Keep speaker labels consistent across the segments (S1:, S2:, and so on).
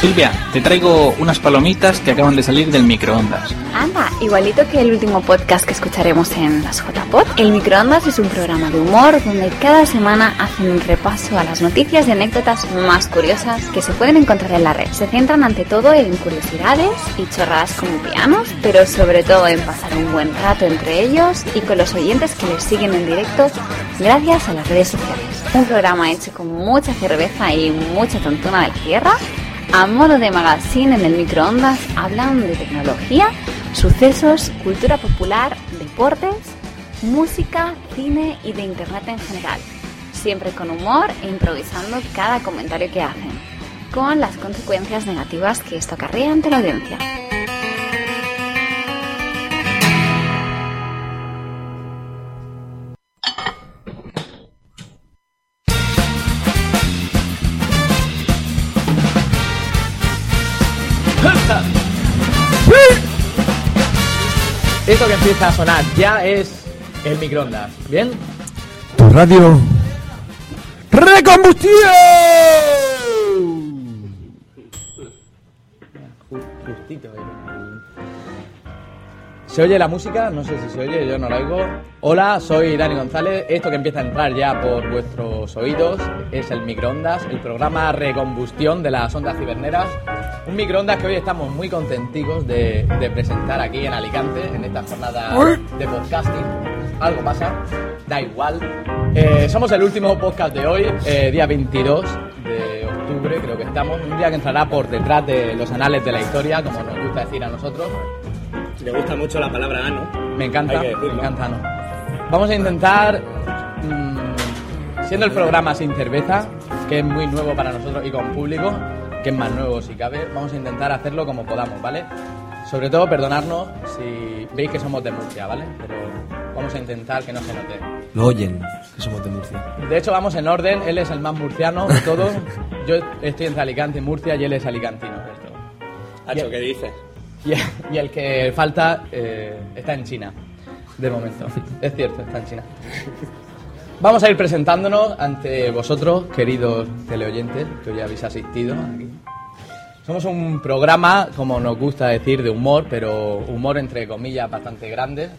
S1: Silvia, te traigo unas palomitas que acaban de salir del microondas.
S2: Anda, igualito que el último podcast que escucharemos en las JPod, El Microondas es un programa de humor donde cada semana hacen un repaso a las noticias y anécdotas más curiosas que se pueden encontrar en la red. Se centran ante todo en curiosidades y chorradas como pianos, pero sobre todo en pasar un buen rato entre ellos y con los oyentes que les siguen en directo gracias a las redes sociales. Un programa hecho con mucha cerveza y mucha tontuna de la tierra a modo de magazine en el microondas hablan de tecnología, sucesos, cultura popular, deportes, música, cine y de internet en general. Siempre con humor e improvisando cada comentario que hacen, con las consecuencias negativas que esto acarrea ante la audiencia.
S3: Esto que empieza a sonar ya es el microondas. ¿Bien?
S4: Tu radio. ¡Recombustión!
S3: Justito, eh. ¿Se oye la música? No sé si se oye, yo no la oigo. Hola, soy Dani González. Esto que empieza a entrar ya por vuestros oídos es el microondas, el programa Recombustión de las ondas ciberneras. Un microondas que hoy estamos muy contenticos de, de presentar aquí en Alicante, en esta jornada de podcasting. Algo pasa, da igual. Eh, somos el último podcast de hoy, eh, día 22 de octubre, creo que estamos. Un día que entrará por detrás de los anales de la historia, como nos gusta decir a nosotros.
S5: Le gusta mucho la palabra ano.
S3: Me encanta,
S5: Hay que decirlo.
S3: me encanta, ¿no? Vamos a intentar, mm, siendo el programa sin cerveza, que es muy nuevo para nosotros y con público, que es más nuevo si cabe, vamos a intentar hacerlo como podamos, ¿vale? Sobre todo perdonarnos si veis que somos de Murcia, ¿vale? Pero vamos a intentar que no se note.
S4: Lo oyen, que somos de Murcia.
S3: De hecho, vamos en orden. Él es el más murciano de todos. Yo estoy entre Alicante y Murcia y él es alicantino.
S5: Hacho, ¿qué dices?
S3: Y, y el que falta eh, está en China, de momento. Es cierto, está en China. Vamos a ir presentándonos ante vosotros, queridos teleoyentes, que hoy habéis asistido aquí. Somos un programa, como nos gusta decir, de humor, pero humor entre comillas bastante grande,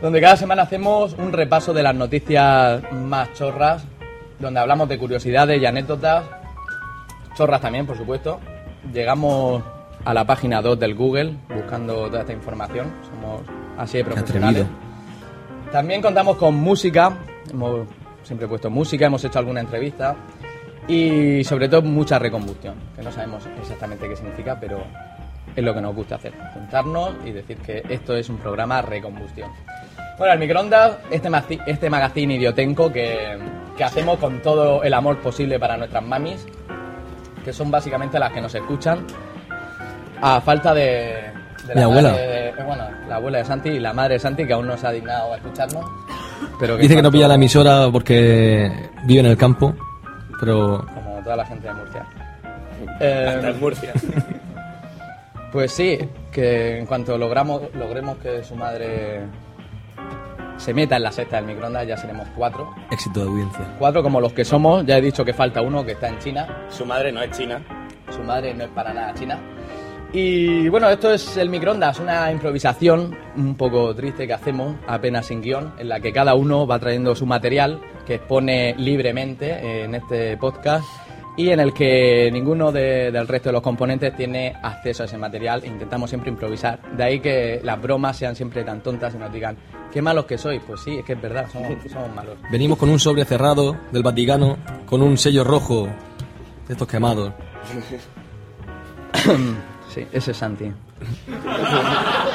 S3: donde cada semana hacemos un repaso de las noticias más chorras, donde hablamos de curiosidades y anécdotas, chorras también, por supuesto. Llegamos a la página 2 del Google buscando toda esta información, somos así de profesionales.
S4: atrevido.
S3: También contamos con música, hemos siempre puesto música, hemos hecho alguna entrevista y sobre todo mucha recombustión, que no sabemos exactamente qué significa, pero es lo que nos gusta hacer, juntarnos y decir que esto es un programa recombustión. Bueno, el microondas, este, maci- este magazine idiotenco que, que hacemos con todo el amor posible para nuestras mamis, que son básicamente las que nos escuchan, a falta de... de
S4: Mi abuela.
S3: madre de- eh, bueno, la abuela de Santi y la madre de Santi, que aún no se ha dignado a escucharnos. Pero
S4: Dice que no
S3: tanto-
S4: pilla la emisora porque vive en el campo, pero
S3: Como toda la gente de Murcia.
S5: Hasta
S3: Eh,
S5: en Murcia.
S3: Pues sí, que en cuanto logramos, logremos que su madre se meta en la sexta del microondas, ya seremos cuatro.
S4: éxito de audiencia.
S3: Cuatro como los que somos, ya he dicho que falta uno que está en China,
S5: Su madre no es china.
S3: su madre no es para nada china. Y bueno, esto es el microondas, una improvisación un poco triste que hacemos, apenas sin guión, en la que cada uno va trayendo su material que expone libremente en este podcast y en el que ninguno de- del resto de los componentes tiene acceso a ese material. e Intentamos siempre improvisar. De ahí que las bromas sean siempre tan tontas y nos digan, qué malos que sois. Pues sí, es que es verdad, somos, somos malos.
S4: Venimos con un sobre cerrado del Vaticano, con un sello rojo de estos quemados.
S3: Sí, ese es Santi.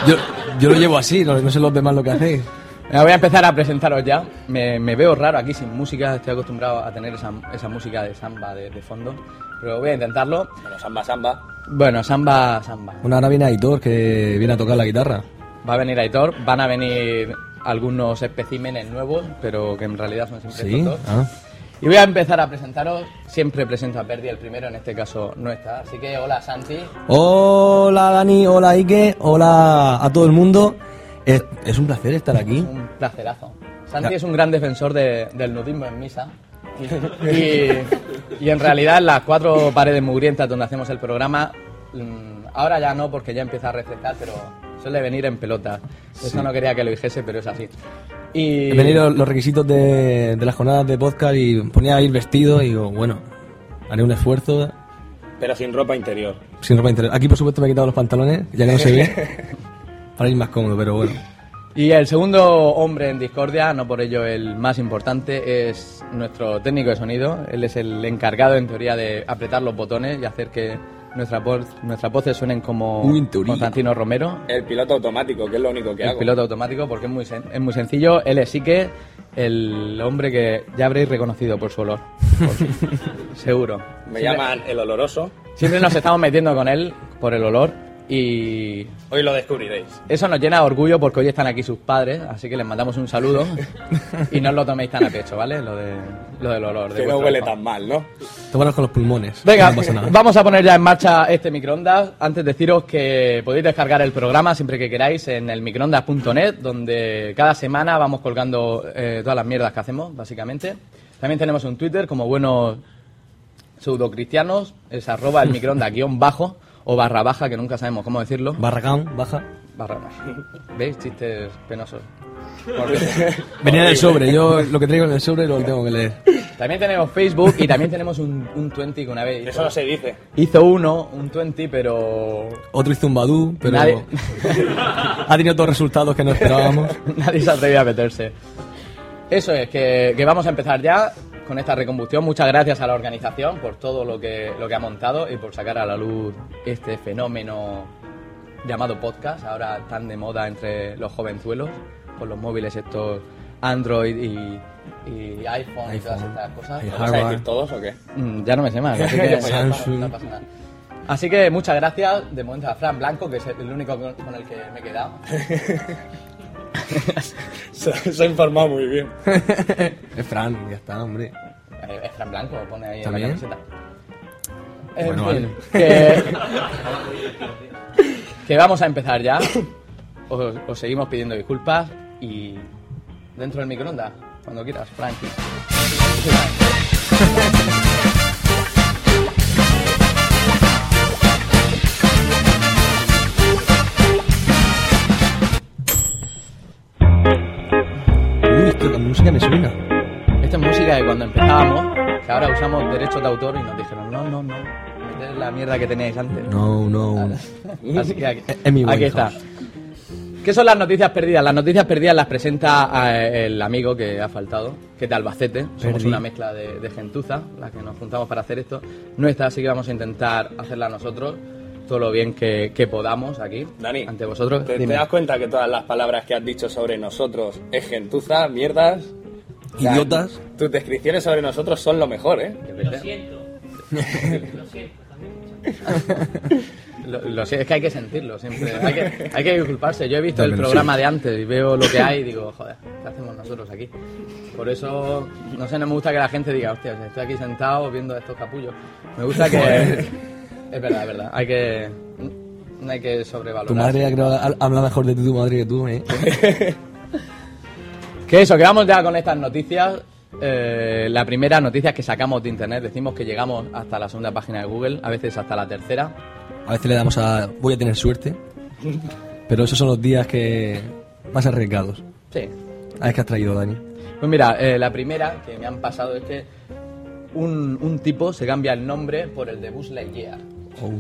S4: Yo, yo lo llevo así, no, no sé los demás lo que hacéis.
S3: Venga, Eh, voy a empezar a presentaros ya. Me, me veo raro aquí sin música, estoy acostumbrado a tener esa, esa música de samba de, de fondo, pero voy a intentarlo.
S5: Bueno, samba, samba.
S3: Bueno, samba, samba.
S4: Bueno, ahora viene Aitor, que viene a tocar la guitarra.
S3: Va a venir Aitor, van a venir algunos especímenes nuevos, pero que en realidad son siempre
S4: ¿Sí?
S3: estos dos.
S4: Ah.
S3: Y voy a empezar a presentaros. Siempre presento a Perdi, el primero en este caso no está. Así que hola Santi.
S4: Hola Dani, hola Ike, hola a todo el mundo. Es, es un placer estar aquí.
S3: Un placerazo. Santi es un gran defensor de- del nudismo en misa. Y, y- y en realidad en las cuatro paredes mugrientas donde hacemos el programa, mm, ahora ya no porque ya empieza a refrescar, pero suele venir en pelota. Eso no quería que lo dijese, pero es así. Y
S4: He venido los requisitos de, de las jornadas de podcast y ponía a ir vestido y digo, bueno, haré un esfuerzo
S5: Pero sin ropa interior.
S4: sin ropa interior. Aquí por supuesto me he quitado los pantalones, ya que no se ve, para ir más cómodo, pero bueno.
S3: Y el segundo hombre en discordia, no por ello el más importante, es nuestro técnico de sonido. Él es el encargado, en teoría, de apretar los botones y hacer que nuestra voz- nuestras voces suenen como
S4: Uy, en teoría.
S3: Constantino Romero,
S5: El piloto automático, que es lo único que
S3: el
S5: hago.
S3: piloto automático, porque es muy, sen- es muy sencillo. Él es Ike, el hombre que ya habréis reconocido por su olor. por- seguro.
S5: Me
S3: Siempre-
S5: llaman el oloroso.
S3: Siempre nos estamos metiendo con él por el olor y
S5: Hoy lo descubriréis.
S3: Eso nos llena de orgullo porque hoy están aquí sus padres, así que les mandamos un saludo y no os lo toméis tan a pecho, ¿vale? Lo, de, lo del olor. de
S5: Que no
S3: vuestro
S5: huele
S3: olfato.
S5: tan mal, ¿no?
S4: Tómanos con los pulmones.
S3: Venga,
S4: no pasa nada.
S3: vamos a poner ya en marcha este microondas. Antes deciros que podéis descargar el programa siempre que queráis en el microondas.net, donde cada semana vamos colgando eh, todas las mierdas que hacemos, básicamente. También tenemos un Twitter como buenos pseudocristianos, es arroba el microondas guión bajo o barra baja, que nunca sabemos cómo decirlo.
S4: Barracán, baja.
S3: Barra ¿Veis? Chistes penosos. Porque-
S4: Venía del sobre, yo lo que traigo en el sobre lo tengo que leer.
S3: También tenemos Facebook y también tenemos un, un 20 que una vez hizo,
S5: Eso no se dice.
S3: hizo uno, un 20, pero
S4: Otro hizo un Badoo, pero
S3: Nadie-
S4: ha tenido otros resultados que no esperábamos.
S3: nadie se atrevió a meterse. Eso es, que, que vamos a empezar ya con esta recombustión. Muchas gracias a la organización por todo lo que, lo que ha montado y por sacar a la luz este fenómeno llamado podcast, ahora tan de moda entre los jovenzuelos, con los móviles estos Android y, y iPhone, y todas
S4: iPhone,
S3: estas cosas.
S4: y
S5: ¿Vas a decir
S4: Harvard.
S5: todos o qué?
S3: Mm, Ya no me sé más. Así que,
S5: Pues
S4: ya está,
S3: no pasa nada. Así que muchas gracias de momento a Fran Blanco, que es el único con con el que me he quedado.
S5: Se, se ha informado muy bien.
S4: Es Fran, ya está, hombre.
S3: Eh, Es Fran Blanco, pone ahí
S4: ¿Está
S3: en la
S4: bien?
S3: camiseta. En
S4: Bueno,
S3: fin, que, que vamos a empezar ya. Os, os seguimos pidiendo disculpas y dentro del microondas, cuando quieras, Frankie.
S4: Uy, esto, la música me suena.
S3: Esta es música de cuando empezábamos, que ahora usamos derechos de autor y nos dijeron, no, no, no, meter la mierda que teníais antes.
S4: No, no.
S3: Así que aquí,
S4: Es mi
S3: aquí
S4: Winehouse.
S3: está. ¿Qué son las noticias perdidas? Las noticias perdidas las presenta eh, el amigo que ha faltado, que es de Albacete. Somos
S4: Perdí.
S3: una mezcla de, de gentuza, la que nos juntamos para hacer esto. No está, así que vamos a intentar hacerla nosotros, todo lo bien que, que podamos aquí,
S5: Dani,
S3: ante vosotros.
S5: ¿Te, te
S3: Dime.
S5: das cuenta que todas las palabras que has dicho sobre nosotros es gentuza, mierdas? O sea,
S4: Idiotas.
S5: Tus descripciones sobre nosotros son lo mejor, ¿eh?
S3: Lo, lo sé, es que hay que sentirlo siempre. Hay que, hay que disculparse. Yo he visto el
S4: También sí.
S3: programa de antes y veo lo que hay y digo, joder, ¿qué hacemos nosotros aquí? Por eso, no sé, no me gusta que la gente diga, hostia, estoy aquí sentado viendo a estos capullos. Me gusta que. es verdad, es verdad. Hay que. No hay que sobrevalorar.
S4: Tu madre ya creo ha- habla mejor de ti tu madre que tú, ¿eh?
S3: Que eso, que vamos ya con estas noticias. Eh, la primera noticia es que sacamos de internet. Decimos que llegamos hasta la segunda página de Google, a veces hasta la tercera.
S4: A veces le damos a... Voy a tener suerte. Pero esos son los días que... Más arriesgados.
S3: Sí,
S4: A ver qué has traído, Dani.
S3: Pues mira, eh, la primera que me han pasado es que un, un tipo se cambia el nombre por el de Buzz Lightyear.
S4: Oh.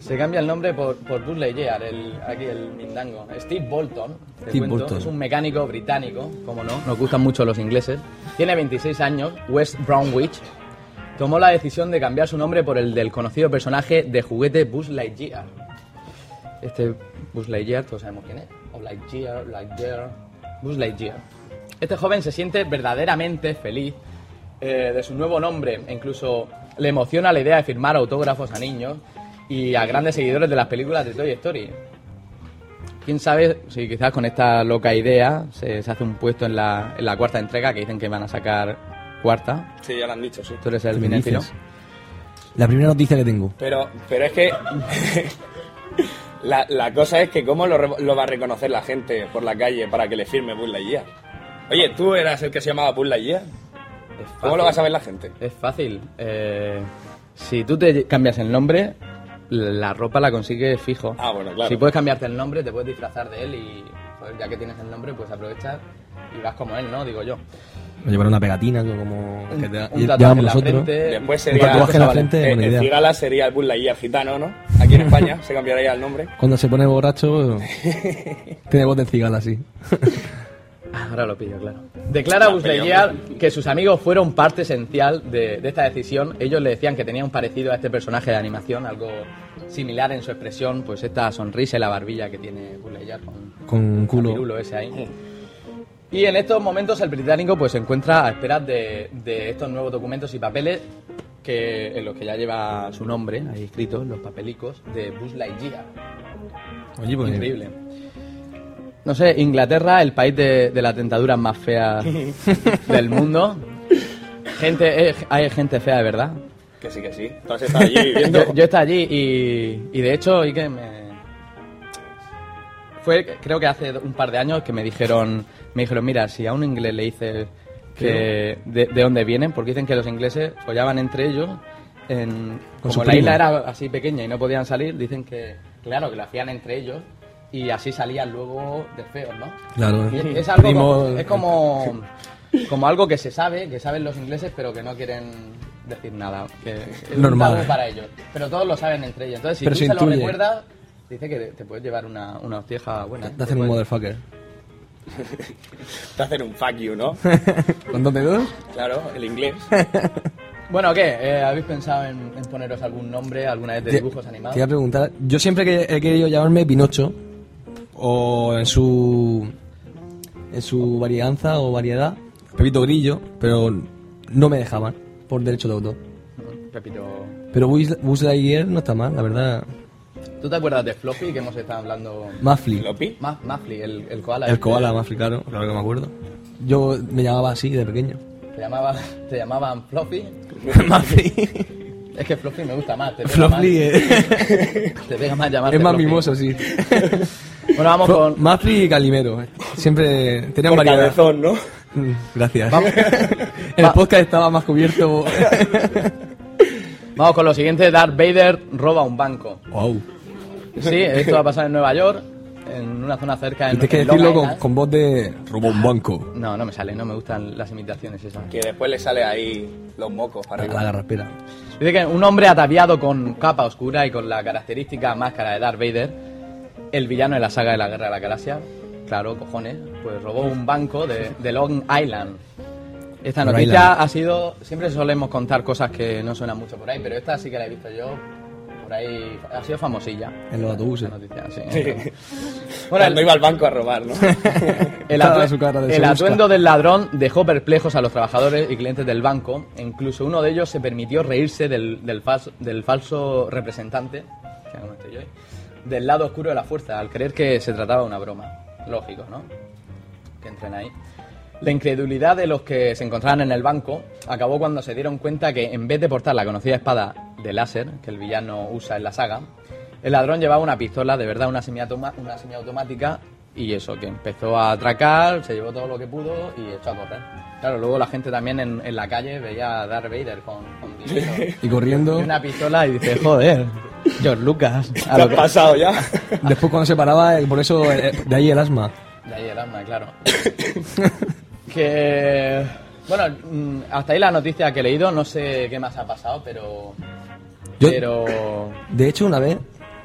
S3: Se cambia el nombre por, por Buzz Lightyear, el, aquí el mindango. Steve Bolton, te
S4: Steve
S3: cuento,
S4: Bolton.
S3: es un mecánico británico, como no, nos gustan mucho los ingleses. Tiene 26 años, West Bromwich. Tomó la decisión de cambiar su nombre por el del conocido personaje de juguete Buzz Lightyear. Este Buzz Lightyear, todos sabemos quién es. O Lightyear, Lightyear. Buzz Lightyear. Este joven se siente verdaderamente feliz eh, de su nuevo nombre. E incluso le emociona la idea de firmar autógrafos a niños y a grandes seguidores de las películas de Toy Story. Quién sabe si quizás con esta loca idea se, se hace un puesto en la, en la cuarta entrega que dicen que van a sacar cuarta.
S5: Sí, ya lo han dicho, sí.
S3: Tú eres el
S4: ¿Qué me
S3: cinéfilo.
S4: dices? La primera noticia que tengo.
S5: Pero, pero es que la, la cosa es que cómo lo, re- lo va a reconocer la gente por la calle para que le firme Buzz Lightyear. Oye, tú eras el que se llamaba Buzz Lightyear.
S3: Es
S5: ¿Cómo
S3: fácil.
S4: Ah,
S5: lo va a saber la gente?
S3: Es fácil. Eh, si tú te cambias el nombre, la ropa la consigues fijo.
S5: Ah, bueno, claro.
S3: Si puedes cambiarte el nombre, te puedes disfrazar de él y joder, ya que tienes el nombre, pues aprovechas y vas como él, ¿no? Digo yo.
S4: Me llevaron una pegatina que como...
S3: Un,
S4: que te-
S3: un
S4: y-
S3: tatuaje
S4: llevamos
S3: en la
S4: nosotros.
S3: frente.
S5: Después
S4: un
S5: sería.
S4: Eh, tatuaje en la
S5: chavales,
S4: frente,
S5: eh,
S4: buena
S5: el
S4: idea.
S5: Cigala sería el Buzz Lightyear gitano, ¿no? Aquí en España se cambiaría ya el nombre.
S4: Cuando se pone borracho... tiene voz de cigala, así.
S3: Ah, Ahora lo pillo, claro. Declara
S5: Ah,
S3: Buzz
S5: pero-
S3: Lightyear que sus amigos fueron parte esencial de, de esta decisión. Ellos le decían que tenía un parecido a este personaje de animación, algo similar en su expresión, pues esta sonrisa y la barbilla que tiene Buzz Lightyear con,
S4: Con un culo.
S3: Capirulo ese ahí. Y en estos momentos el británico pues se encuentra a esperas de, de estos nuevos documentos y papeles que, en los que ya lleva su nombre ahí escrito, en los papelicos de Buzz Lightyear.
S4: Oye, pues...
S3: Increíble. No sé, Inglaterra, el país de, de las tentaduras más feas del mundo. Gente, eh, hay gente fea de verdad.
S5: Que sí, que sí. Entonces está allí viviendo.
S3: Yo, yo estaba allí y, y de hecho, y que me. Fue, creo que hace un par de años que me dijeron, me dijeron, mira, si a un inglés le dices que de, de dónde vienen, porque dicen que los ingleses follaban entre ellos, en,
S4: Con
S3: como
S4: su
S3: la
S4: primo.
S3: isla era así pequeña y no podían salir, dicen que, claro, que lo hacían entre ellos y así salían luego de feos, ¿no?
S4: Claro. eh.
S3: Y es algo
S4: Primo-
S3: como, es como como algo que se sabe, que saben los ingleses, pero que no quieren decir nada. Que es un
S4: Normal.
S3: tabú para ellos. Pero todos lo saben entre ellos. Entonces, si
S4: Pero
S3: tú
S4: se
S3: se, lo
S4: intuye.
S3: recuerdas, dice que te puedes llevar una, una hostieja buena.
S4: Te hacen un motherfucker.
S5: Te hacen un fuck you, ¿no?
S4: ¿Con dos dedos?
S5: Claro, el inglés.
S3: Bueno, ¿qué? Eh, ¿Habéis pensado en, en poneros algún nombre alguna vez de
S4: Te-
S3: dibujos animados?
S4: Te iba a preguntar. Yo siempre que he querido llamarme Pinocho. O en su. En su varianza o variedad. Pepito Grillo. Pero no me dejaban. Por derecho de autor.
S3: Repito.
S4: Pero Buzz Buzz Lightyear no está mal, la verdad.
S3: ¿Tú te acuerdas de Floppy que hemos estado hablando?
S4: Mafli.
S5: ¿Lopi?
S3: Ma- Mafli, el, el koala.
S4: El
S3: este.
S4: koala Mafli, claro. Claro que me acuerdo. Yo me llamaba así de pequeño.
S3: Te, llamaba, te llamaban Floppy.
S4: Mafli.
S3: Es que Floppy me gusta más. Te pega
S4: Mafli
S3: más,
S4: es,
S3: te pega más llamarte
S4: es más
S3: Floppy.
S4: mimoso, sí.
S3: Bueno, vamos con,
S4: Mafli y Calimero. eh. Siempre tenían
S5: Por
S4: variedad.
S5: cabezón, ¿no?
S4: Mm, Gracias.
S3: Vamos.
S4: El
S3: Va-
S4: podcast estaba más cubierto.
S3: Vamos con lo siguiente, Darth Vader roba un banco.
S4: wow.
S3: Sí, esto va a pasar en Nueva York, en una zona cerca de...
S4: Tienes que
S3: en Long
S4: decirlo con,
S3: Island.
S4: con voz de. Robó un banco.
S3: No, no me sale, no me gustan las imitaciones esas.
S5: Que después le sale ahí los mocos para
S4: A la
S5: arriba.
S4: garrapera.
S3: Dice que un hombre ataviado con capa oscura y con la característica máscara de Darth Vader, el villano de la saga de la Guerra de la Galaxia, claro, cojones, pues robó un banco de, de Long Island. Esta
S4: Long
S3: noticia
S4: Island.
S3: ha sido... Siempre solemos contar cosas que no suenan mucho por ahí, pero esta sí que la he visto yo. Por ahí ha sido famosilla.
S4: En los autobuses.
S3: Esta noticia, sí. Bueno,
S5: Cuando
S3: el-
S5: iba al banco a robar, ¿no?
S3: El,
S4: Estaba
S3: atue-
S4: su cara de
S3: el
S4: se busca.
S3: atuendo del ladrón dejó perplejos a los trabajadores y clientes del banco. E Incluso uno de ellos se permitió reírse del, del, fas- del falso representante, que no estoy yo, del lado oscuro de la fuerza, al creer que se trataba de una broma. Lógico, ¿no? Que entren ahí. La incredulidad de los que se encontraban en el banco acabó cuando se dieron cuenta que en vez de portar la conocida espada de láser que el villano usa en la saga, el ladrón llevaba una pistola, de verdad, una semiautoma- una semiautomática y eso, que empezó a atracar, se llevó todo lo que pudo y echó a correr. Claro, luego la gente también en, en la calle veía a Darth Vader con, con dinero
S4: Y
S3: y
S4: corriendo.
S3: una pistola y dice, joder, George Lucas.
S5: ¿Qué
S3: A lo
S5: ha
S3: que-
S5: pasado ya?
S4: Después cuando se paraba, eh, por eso eh, de ahí el asma.
S3: De ahí el arma, claro. que. Bueno, mm, hasta ahí la noticia que he leído, no sé qué más ha pasado, pero.
S4: Yo-
S3: Pero.
S4: De hecho, una vez,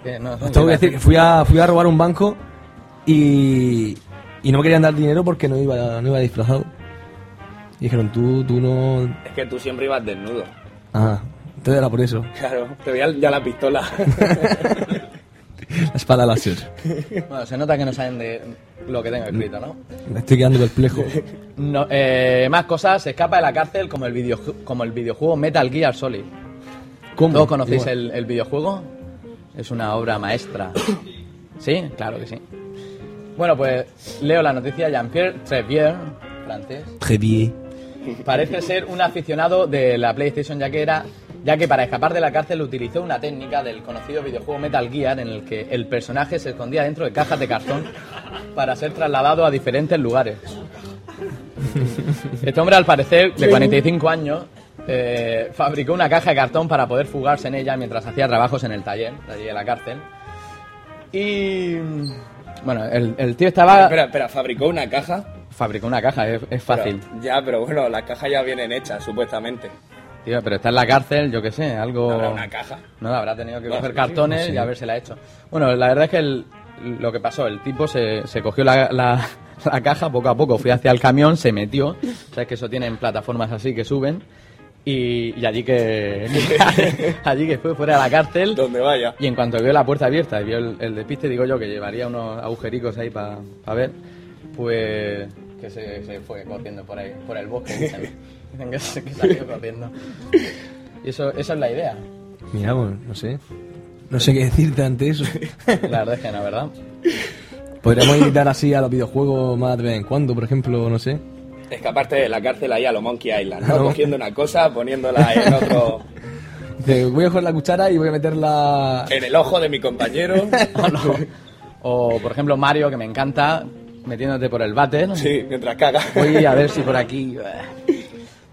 S3: que no,
S4: os tengo que decir que fui a, fui a robar un banco y, y no me querían dar dinero porque no iba, no iba disfrazado. Y dijeron, tú, tú no...
S5: Es que tú siempre ibas desnudo.
S4: Ah, entonces era por eso.
S5: Claro, te veía ya la pistola.
S4: La espada láser.
S3: Bueno, se nota que no saben de lo que tengo escrito, ¿no?
S4: Me estoy quedando perplejo.
S3: No, eh, más cosas, se escapa de la cárcel como el, video, como el videojuego Metal Gear Solid.
S4: ¿Cómo?
S3: ¿Todos conocéis
S4: Igual.
S3: el, el videojuego? Es una obra maestra. ¿Sí? Claro que sí. Bueno, pues leo la noticia. Jean-Pierre Trevier, francés,
S4: Très bien.
S3: parece ser un aficionado de la PlayStation ya que era ya que para escapar de la cárcel utilizó una técnica del conocido videojuego Metal Gear en el que el personaje se escondía dentro de cajas de cartón para ser trasladado a diferentes lugares. Este hombre al parecer de 45 años eh, fabricó una caja de cartón para poder fugarse en ella mientras hacía trabajos en el taller de allí de la cárcel. Y bueno, el, el tío estaba...
S5: Espera, espera, fabricó una caja.
S3: Fabricó una caja, es, es fácil.
S5: Pero- ya, pero bueno, las cajas ya vienen hechas, supuestamente.
S3: Tío, pero está en la cárcel, yo qué sé, algo...
S5: Habrá una caja.
S3: No, habrá tenido que
S5: No,
S3: coger
S5: sí,
S3: cartones y habérsela hecho. Bueno, la verdad es que el- lo que pasó, el tipo se, se cogió la, la- la caja poco a poco, fui hacia el camión, se metió. O sea, es que eso tienen plataformas así que suben. Y, y allí que. allí que fue fuera de la cárcel.
S5: Donde vaya.
S3: Y en cuanto vio la puerta abierta y vio el, el despiste, digo yo que llevaría unos agujericos ahí para ver, pues que se, se fue corriendo por ahí, por el bosque. Dicen, Dicen que, se- que salió corriendo. Y eso, esa es la idea.
S4: Mira, bueno, no sé. No sé qué decirte ante eso.
S3: La verdad es que no, ¿verdad?
S4: Podríamos invitar así a los videojuegos más de vez en cuando, por ejemplo, no sé.
S5: Escaparte de la cárcel ahí a lo Monkey Island,
S4: A
S5: ¿no?
S4: lo-
S5: Cogiendo una cosa, poniéndola en otro.
S4: Dice, voy a coger la cuchara y voy a meterla.
S5: en el ojo de mi compañero.
S3: O, no. O, por ejemplo, Mario, que me encanta, metiéndote por el váter.
S5: Sí, mientras caga.
S3: Voy a ver si por aquí. eh.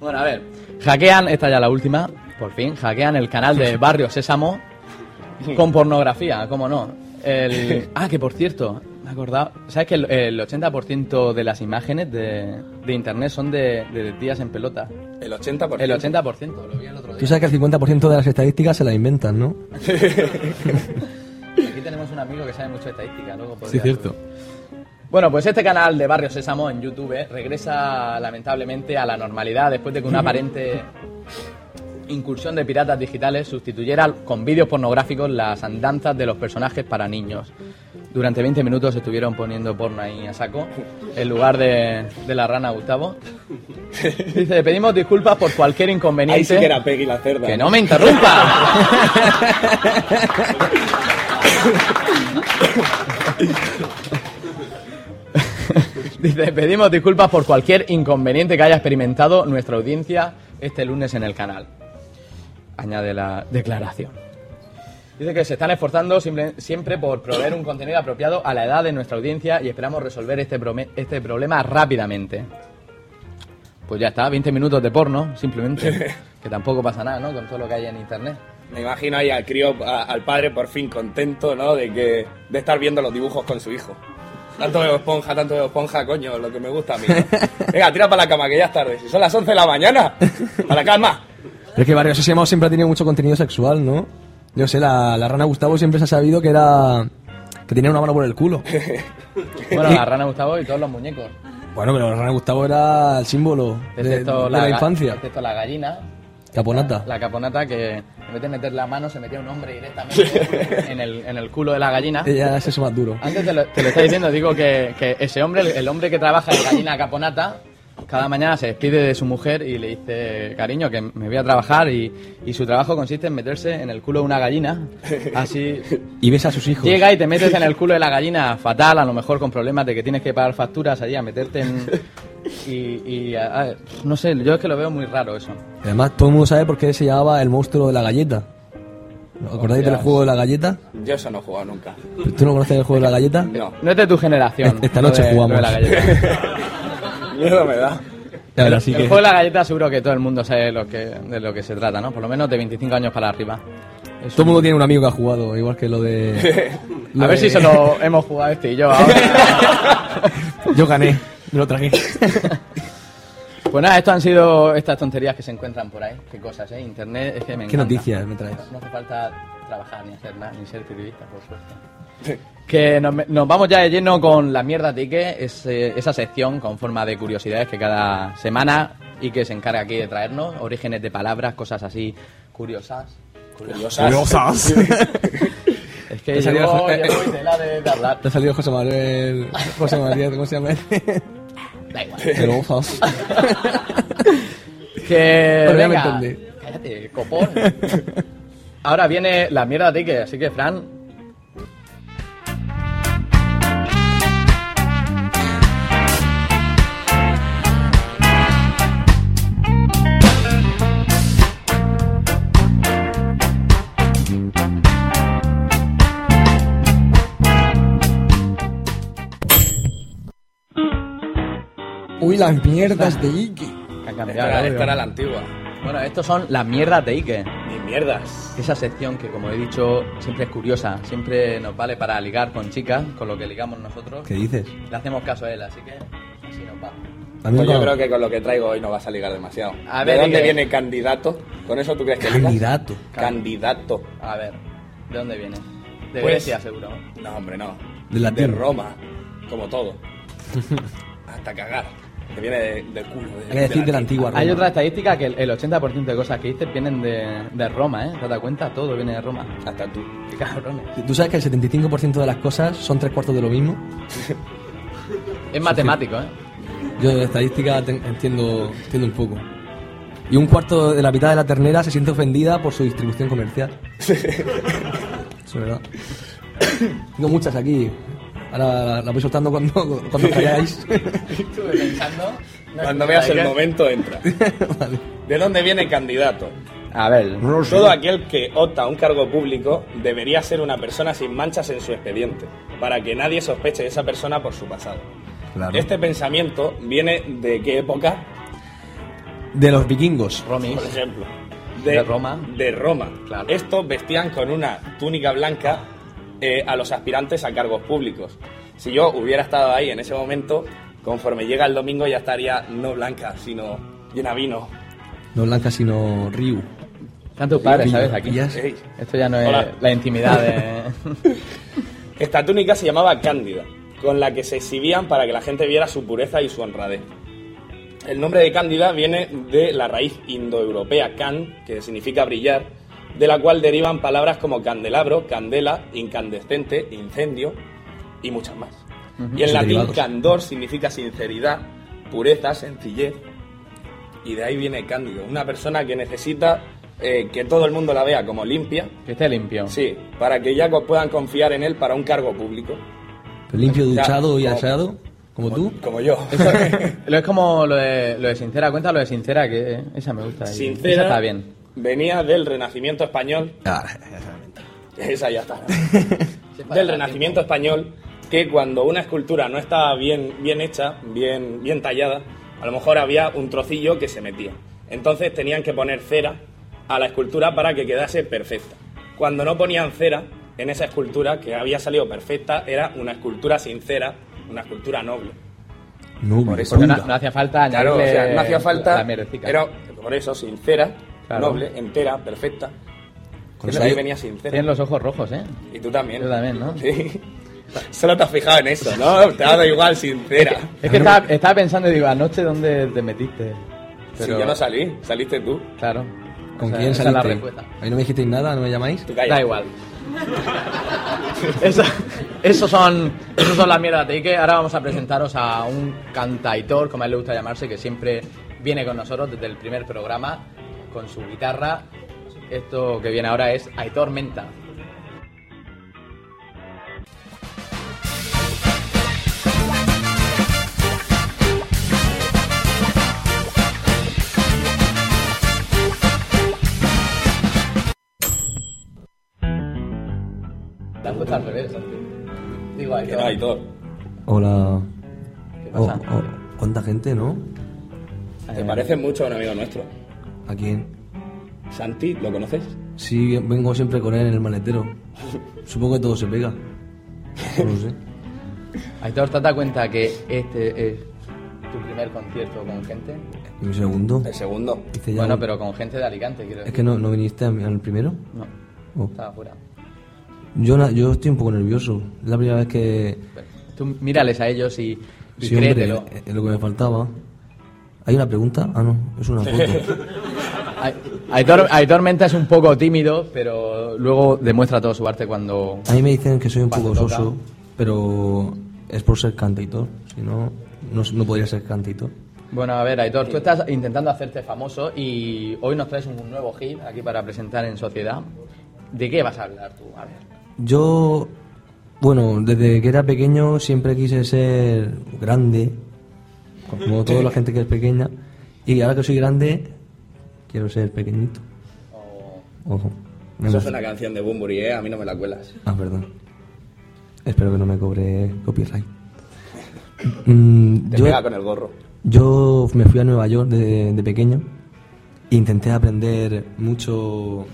S3: Bueno, a ver. Hackean, esta ya la última, por fin. Hackean el canal de Barrio Sésamo con pornografía, cómo no. El- Ah, que por cierto, me he acordado. ¿Sabes que el, el 80% de las imágenes de, de internet son de, de tías en pelota?
S5: El 80%.
S3: El 80%, lo vi el otro
S4: Tú
S3: día.
S4: sabes que el 50% de las estadísticas se las inventan, ¿no?
S3: Aquí tenemos un amigo que sabe mucho de estadística, luego podría-
S4: Sí, cierto.
S3: Bueno, pues este canal de Barrio Sésamo en YouTube regresa lamentablemente a la normalidad después de que una aparente incursión de piratas digitales sustituyera con vídeos pornográficos las andanzas de los personajes para niños. Durante 20 minutos estuvieron poniendo porno ahí a saco en lugar de, de la rana Gustavo. Dice, pedimos disculpas por cualquier inconveniente.
S5: Ahí sí que era Peggy la cerda.
S3: ¡Que no me interrumpa! Dice, pedimos disculpas por cualquier inconveniente que haya experimentado nuestra audiencia este lunes en el canal. Añade la declaración. Dice que se están esforzando simple- siempre por proveer un contenido apropiado a la edad de nuestra audiencia y esperamos resolver este, prome- este problema rápidamente. Pues ya está, 20 minutos de porno, simplemente. que tampoco pasa nada, ¿no? Con todo lo que hay en internet.
S5: Me imagino ahí al crío, a- al padre por fin contento, ¿no? De que de estar viendo los dibujos con su hijo. Tanto veo esponja, tanto veo esponja, coño, lo que me gusta a mí. ¿no? Venga, tira para la cama, que ya es tarde. Si son las 11 de la mañana, a la cama.
S4: Pero es que Barrio Sésamo siempre ha tenido mucho contenido sexual, ¿no? Yo sé, la, la rana Gustavo siempre se ha sabido que era. que tenía una mano por el culo.
S3: Bueno, la rana Gustavo y todos los muñecos.
S4: Bueno, pero la rana Gustavo era el símbolo de,
S3: Excepto
S4: de
S3: la,
S4: la
S3: ga-
S4: infancia.
S3: Excepto la gallina,
S4: Caponata.
S3: la caponata, que en vez de meter la mano se metía un hombre directamente en, el, en el culo de la gallina.
S4: Ella es eso más duro.
S3: Antes te lo, te lo estaba diciendo, digo que, que ese hombre, el, el hombre que trabaja en gallina caponata, cada mañana se despide de su mujer y le dice, cariño, que me voy a trabajar y, y su trabajo consiste en meterse en el culo de una gallina. Así
S4: Y ves a sus hijos.
S3: Llega y te metes en el culo de la gallina fatal, a lo mejor con problemas de que tienes que pagar facturas allí, a meterte en... Y, y, a- a- no sé, yo es que lo veo muy raro eso.
S4: Además, todo el mundo sabe por qué se llamaba el monstruo de la galleta. ¿Os acordáis del
S3: Hostias.
S4: juego de la galleta?
S5: Yo eso no he jugado nunca.
S4: ¿Tú no conoces el juego de la galleta?
S5: No,
S3: No es de tu generación.
S4: Esta
S3: lo
S4: noche
S3: de-
S4: jugamos.
S3: lo de la galleta.
S5: miedo me da.
S4: Ya verás, sí
S3: el
S4: que-
S3: juego de la galleta seguro que todo el mundo sabe lo que, de lo que se trata, ¿no? Por lo menos de 25 años para arriba. Es
S4: Todo el
S3: un-
S4: mundo tiene un amigo que ha jugado, igual que lo de.
S3: A
S4: lo
S3: ver
S4: de-
S3: si se lo hemos jugado este y yo ahora.
S4: Yo gané, me lo traje.
S3: Pues nada, esto han sido estas tonterías que se encuentran por ahí. Qué cosas, ¿eh? Internet es que me
S4: ¿Qué
S3: encanta.
S4: noticias me traes?
S3: No hace falta trabajar, ni hacer nada, ni ser periodista, por suerte. Que nos, nos vamos ya de lleno con la mierda tique, ese- esa sección con forma de curiosidades que cada semana y que se encarga aquí de traernos, orígenes de palabras, cosas así curiosas.
S5: Curiosas.
S6: Curiosas.
S3: Es que
S4: Te
S3: yo
S4: salió-
S3: voy tela de, de hablar.
S4: Te ha salido José Manuel. José María, ¿cómo se llama?
S3: Da igual.
S4: Pero por favor.
S3: Que.
S4: Pero ya me
S3: venga,
S4: entendí.
S3: cállate, copón. Ahora viene la mierda de que, así que, Fran.
S4: Uy, las mierdas de Ike.
S3: que ha
S5: Esta,
S3: cambiado el
S5: era,
S3: audio.
S5: esta era la antigua.
S3: Bueno, estos son las mierdas de Ike.
S5: Ni mierdas.
S3: Esa sección que, como he dicho, siempre es curiosa. Siempre nos vale para ligar con chicas, con lo que ligamos nosotros.
S4: ¿Qué dices?
S3: Le hacemos caso a él, así que así nos va.
S4: A mí
S5: Pues yo
S4: no-
S5: creo que con lo que traigo hoy no vas a ligar demasiado.
S3: A
S5: ¿De
S3: ver, eh.
S5: dónde
S3: Miguel.
S5: viene candidato? ¿Con eso tú crees que ligas?
S4: Candidato.
S5: Candidato.
S3: A ver, ¿de dónde viene? De
S5: Pues-
S3: Grecia, seguro.
S5: No, hombre, no.
S4: Del latín.
S5: De Roma, como todo. Hasta cagar. Que viene de- del culo. de-
S4: Hay que decir de la
S5: latín.
S4: antigua Roma.
S3: Hay otra estadística que el- el 80% de cosas que dices vienen de, de Roma, ¿eh? ¿Te das cuenta? Todo viene de Roma.
S5: Hasta tú.
S3: Qué cabrones.
S4: ¿Tú sabes que el 75% de las cosas son tres cuartos de lo mismo?
S3: Es matemático, ¿eh?
S4: Yo de estadística te- entiendo, entiendo un poco. Y un cuarto de la mitad de la ternera se siente ofendida por su distribución comercial. Eso es verdad. Tengo muchas aquí. Ahora la- la voy soltando cuando, cuando os calláis.
S3: Estuve pensando.
S5: Cuando veas el momento, entra.
S4: Vale.
S5: ¿De dónde viene candidato?
S3: A ver.
S5: Todo aquel que opta a un cargo público debería ser una persona sin manchas en su expediente, para que nadie sospeche de esa persona por su pasado. Este pensamiento viene de qué época,
S4: De los vikingos.
S3: Romis.
S5: por ejemplo.
S3: De Roma.
S5: De Roma.
S3: Claro.
S5: Estos vestían con una túnica blanca eh, a los aspirantes a cargos públicos. Si yo hubiera estado ahí en ese momento, conforme llega el domingo ya estaría no blanca, sino llena vino.
S4: No blanca, sino Ryu.
S3: Están tus padres, ¿sabes? Aquí.
S4: Pillas.
S5: Ey.
S3: Esto ya no es
S5: Hola.
S3: la intimidad de.
S5: Esta túnica se llamaba Cándida, con la que se exhibían para que la gente viera su pureza y su honradez. El nombre de Cándida viene de la raíz indoeuropea can, que significa brillar, de la cual derivan palabras como candelabro, candela, incandescente, incendio y muchas más. Y en
S4: Sus
S5: latín
S4: derivados.
S5: candor significa sinceridad, pureza, sencillez. Y de ahí viene Cándido, una persona que necesita eh, que todo el mundo la vea como limpia,
S3: que esté limpio.
S5: Sí, para que ya co- puedan confiar en él para un cargo público.
S4: Limpio,
S5: Ya,
S4: duchado y
S5: como-
S4: aseado. Como tú.
S5: Como yo.
S3: Lo es como lo de, lo de sincera. Cuenta lo de sincera, que eh, esa me gusta. Esa
S5: Sincera.
S3: está bien.
S5: Venía del Renacimiento español.
S4: Ah,
S5: Esa ya está. del Renacimiento español, que cuando una escultura no estaba bien, bien hecha, bien, bien tallada, a lo mejor había un trocillo que se metía. Entonces tenían que poner cera a la escultura para que quedase perfecta. Cuando no ponían cera en esa escultura que había salido perfecta, era una escultura sincera, una escultura noble.
S4: No,
S5: Por eso
S3: Porque no,
S4: pura.
S3: no hacía falta
S5: Claro, o
S3: añadirle
S5: sea, no hacía falta.
S3: La mierecica.
S5: era, por eso, sincera,
S3: Claro.
S5: noble, entera, perfecta.
S4: Con
S5: Eso
S4: eso
S5: ahí
S4: hay-
S5: venía sincera.
S3: Tienen los ojos rojos, ¿eh?
S5: Y tú también.
S3: Yo también, ¿no?
S5: Sí. Solo te has fijado en eso, ¿no? Te ha dado igual, sincera.
S3: Es que estaba, estaba pensando y digo, anoche dónde te metiste.
S5: Si yo no salí, saliste tú.
S3: Claro.
S4: ¿Con
S3: Esa-
S4: quién
S3: esa es la
S4: saliste?
S3: respuesta.
S4: Ahí no me dijisteis nada, no me llamáis.
S5: Tú
S3: Da
S5: cállate.
S3: igual. Eso, eso son, eso son las mierdas de Ike. Ahora vamos a presentaros a un cantautor, como a él le gusta llamarse, que siempre viene con nosotros desde el primer programa con su guitarra. Esto que viene ahora es Aitor Menta. Te has puesto al revés. Digo,
S5: Que no hay
S3: Aitor.
S5: todo.
S4: Hola.
S3: ¿Qué pasa?
S4: Oh, oh, ¿Cuánta gente, no?
S5: Te parece mucho a un amigo nuestro.
S4: ¿A quién?
S5: Santi, ¿lo conoces?
S4: Sí, vengo siempre con él en el maletero. Supongo que todo se pega. No lo sé.
S3: Aitor, ¿te has dado cuenta que este es tu primer concierto con gente?
S4: ¿Y mi segundo?
S5: El segundo.
S4: Hice ya
S3: Bueno,
S4: un-
S3: pero con gente de Alicante, quiero
S4: ¿Es
S3: decir.
S4: que no, no viniste a mi- al primero?
S3: No,
S4: Oh.
S3: estaba fuera.
S4: Yo, na- yo estoy un poco nervioso. Es la primera vez que...
S3: Tú mírales a ellos y, y
S4: Sí, hombre,
S3: créetelo.
S4: es- es lo que me faltaba. ¿Hay una pregunta? Ah, no, es una foto.
S3: Aitor, Aitor Menta es un poco tímido, pero luego demuestra todo su arte cuando...
S4: A mí me dicen que soy un poco
S3: Cuando toca.
S4: soso, pero es por ser cantautor. Si no, no, no podría ser cantautor.
S3: Bueno, a ver, Aitor, tú estás intentando hacerte famoso y hoy nos traes un nuevo hit aquí para presentar en Sociedad. ¿De qué vas a hablar tú? A ver.
S4: Yo, bueno, desde que era pequeño siempre quise ser grande, como toda la gente que es pequeña. Y ahora que soy grande, quiero ser pequeñito. Ojo. No
S5: Oh. Eso
S4: me-
S5: es una canción de Bumburi, ¿eh? A mí no me la cuelas.
S4: Ah, perdón. Espero que no me cobre copyright. Mm,
S5: Te
S4: yo,
S5: pega con el gorro.
S4: yo me fui a Nueva York de, de pequeño e intenté aprender mucho,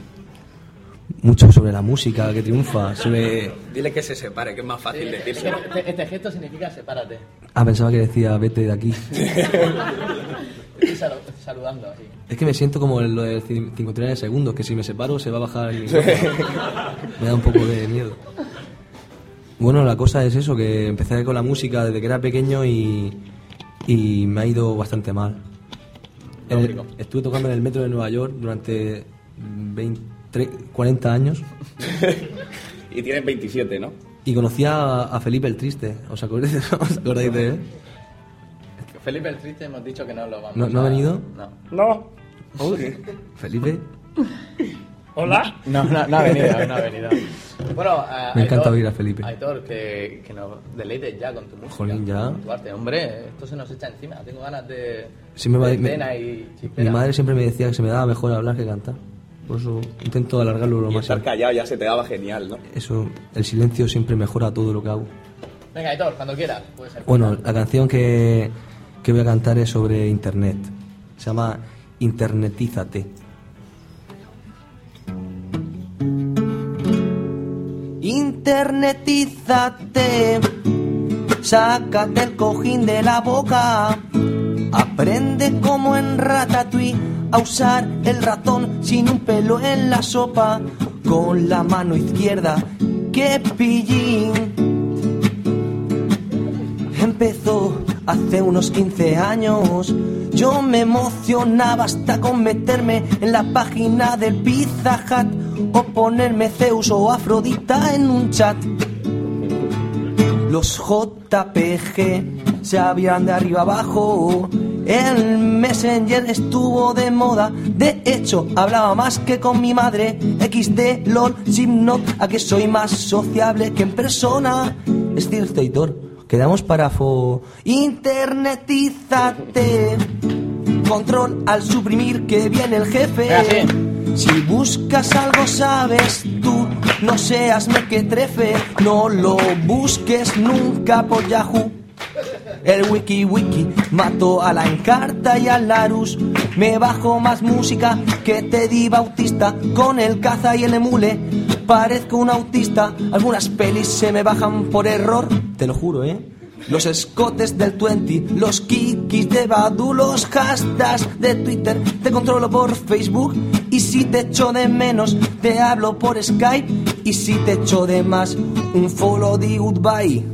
S4: mucho sobre la música que triunfa, sobre
S5: Dile que se separe, que es más fácil decirse.
S3: Este, este gesto significa sepárate.
S4: Ah, pensaba que decía vete de aquí.
S3: Estoy salu- saludando así.
S4: Es que me siento como en lo de cin- 59 segundos, que si me separo se va a bajar el micrófono. Me da un poco de miedo. Bueno, la cosa es eso, que empecé con la música desde que era pequeño y, y me ha ido bastante mal. En el- estuve tocando en el metro de Nueva York durante 20, tre- 40 años
S5: Y tienes 27, ¿no?
S4: y conocí a, a Felipe el Triste. ¿Os acordáis de, os acordáis de él?
S3: Felipe el Triste hemos dicho que no lo vamos
S4: ¿No- no ha
S3: a-
S4: venido?
S3: No.
S5: No.
S4: Felipe,
S5: ¿Hola?
S3: No, no, no ha venido, no ha venido. Bueno, a-
S4: Me encanta
S3: Aitor-
S4: oír a Felipe.
S3: Aitor, que, que nos deleites ya con tu música.
S4: Jolín, ya.
S3: con tu arte. hombre, esto se nos echa encima. Tengo ganas de.
S4: Sí, me va-
S3: de
S4: me-
S3: cena y
S4: mi
S3: chispera.
S4: madre siempre me decía que se me daba mejor hablar que cantar. Por eso intento alargarlo lo
S5: Y
S3: Pues
S4: más.
S5: estar callado ya se te daba genial, ¿no?
S4: Eso, el silencio siempre mejora todo lo que hago.
S3: Venga, Aitor, cuando quieras. Puede ser.
S4: Bueno, la canción que, que voy a cantar es sobre Internet. Se llama Internetízate. Internetízate, sácate el cojín de la boca, aprende como en Ratatouille a usar el ratón sin un pelo en la sopa, con la mano izquierda, que pillín empezó hace unos 15 años. Yo me emocionaba hasta con meterme en la página del Pizza Hut o ponerme Zeus o Afrodita en un chat. Los JPG se habían de arriba abajo. El Messenger estuvo de moda. De hecho, hablaba más que con mi madre. XD, LOL, Simnot, a que soy más sociable que en persona. Es cierto, Hitor. Quedamos para fo. Internetízate. Control al suprimir que viene el jefe.
S3: Venga, sí.
S4: Si buscas algo sabes tú, no seas mequetrefe, no lo busques nunca por Yahoo. El wiki wiki mató a la Encarta y a Larus. Me bajo más música que Teddy Bautista con el caza y el emule. Parezco un autista, algunas pelis se me bajan por error, te lo juro, ¿eh? Los escotes del 20, los kikis de Badu, los hashtags de Twitter, te controlo por Facebook y si te echo de menos, te hablo por Skype y si te echo de más, un follow de goodbye.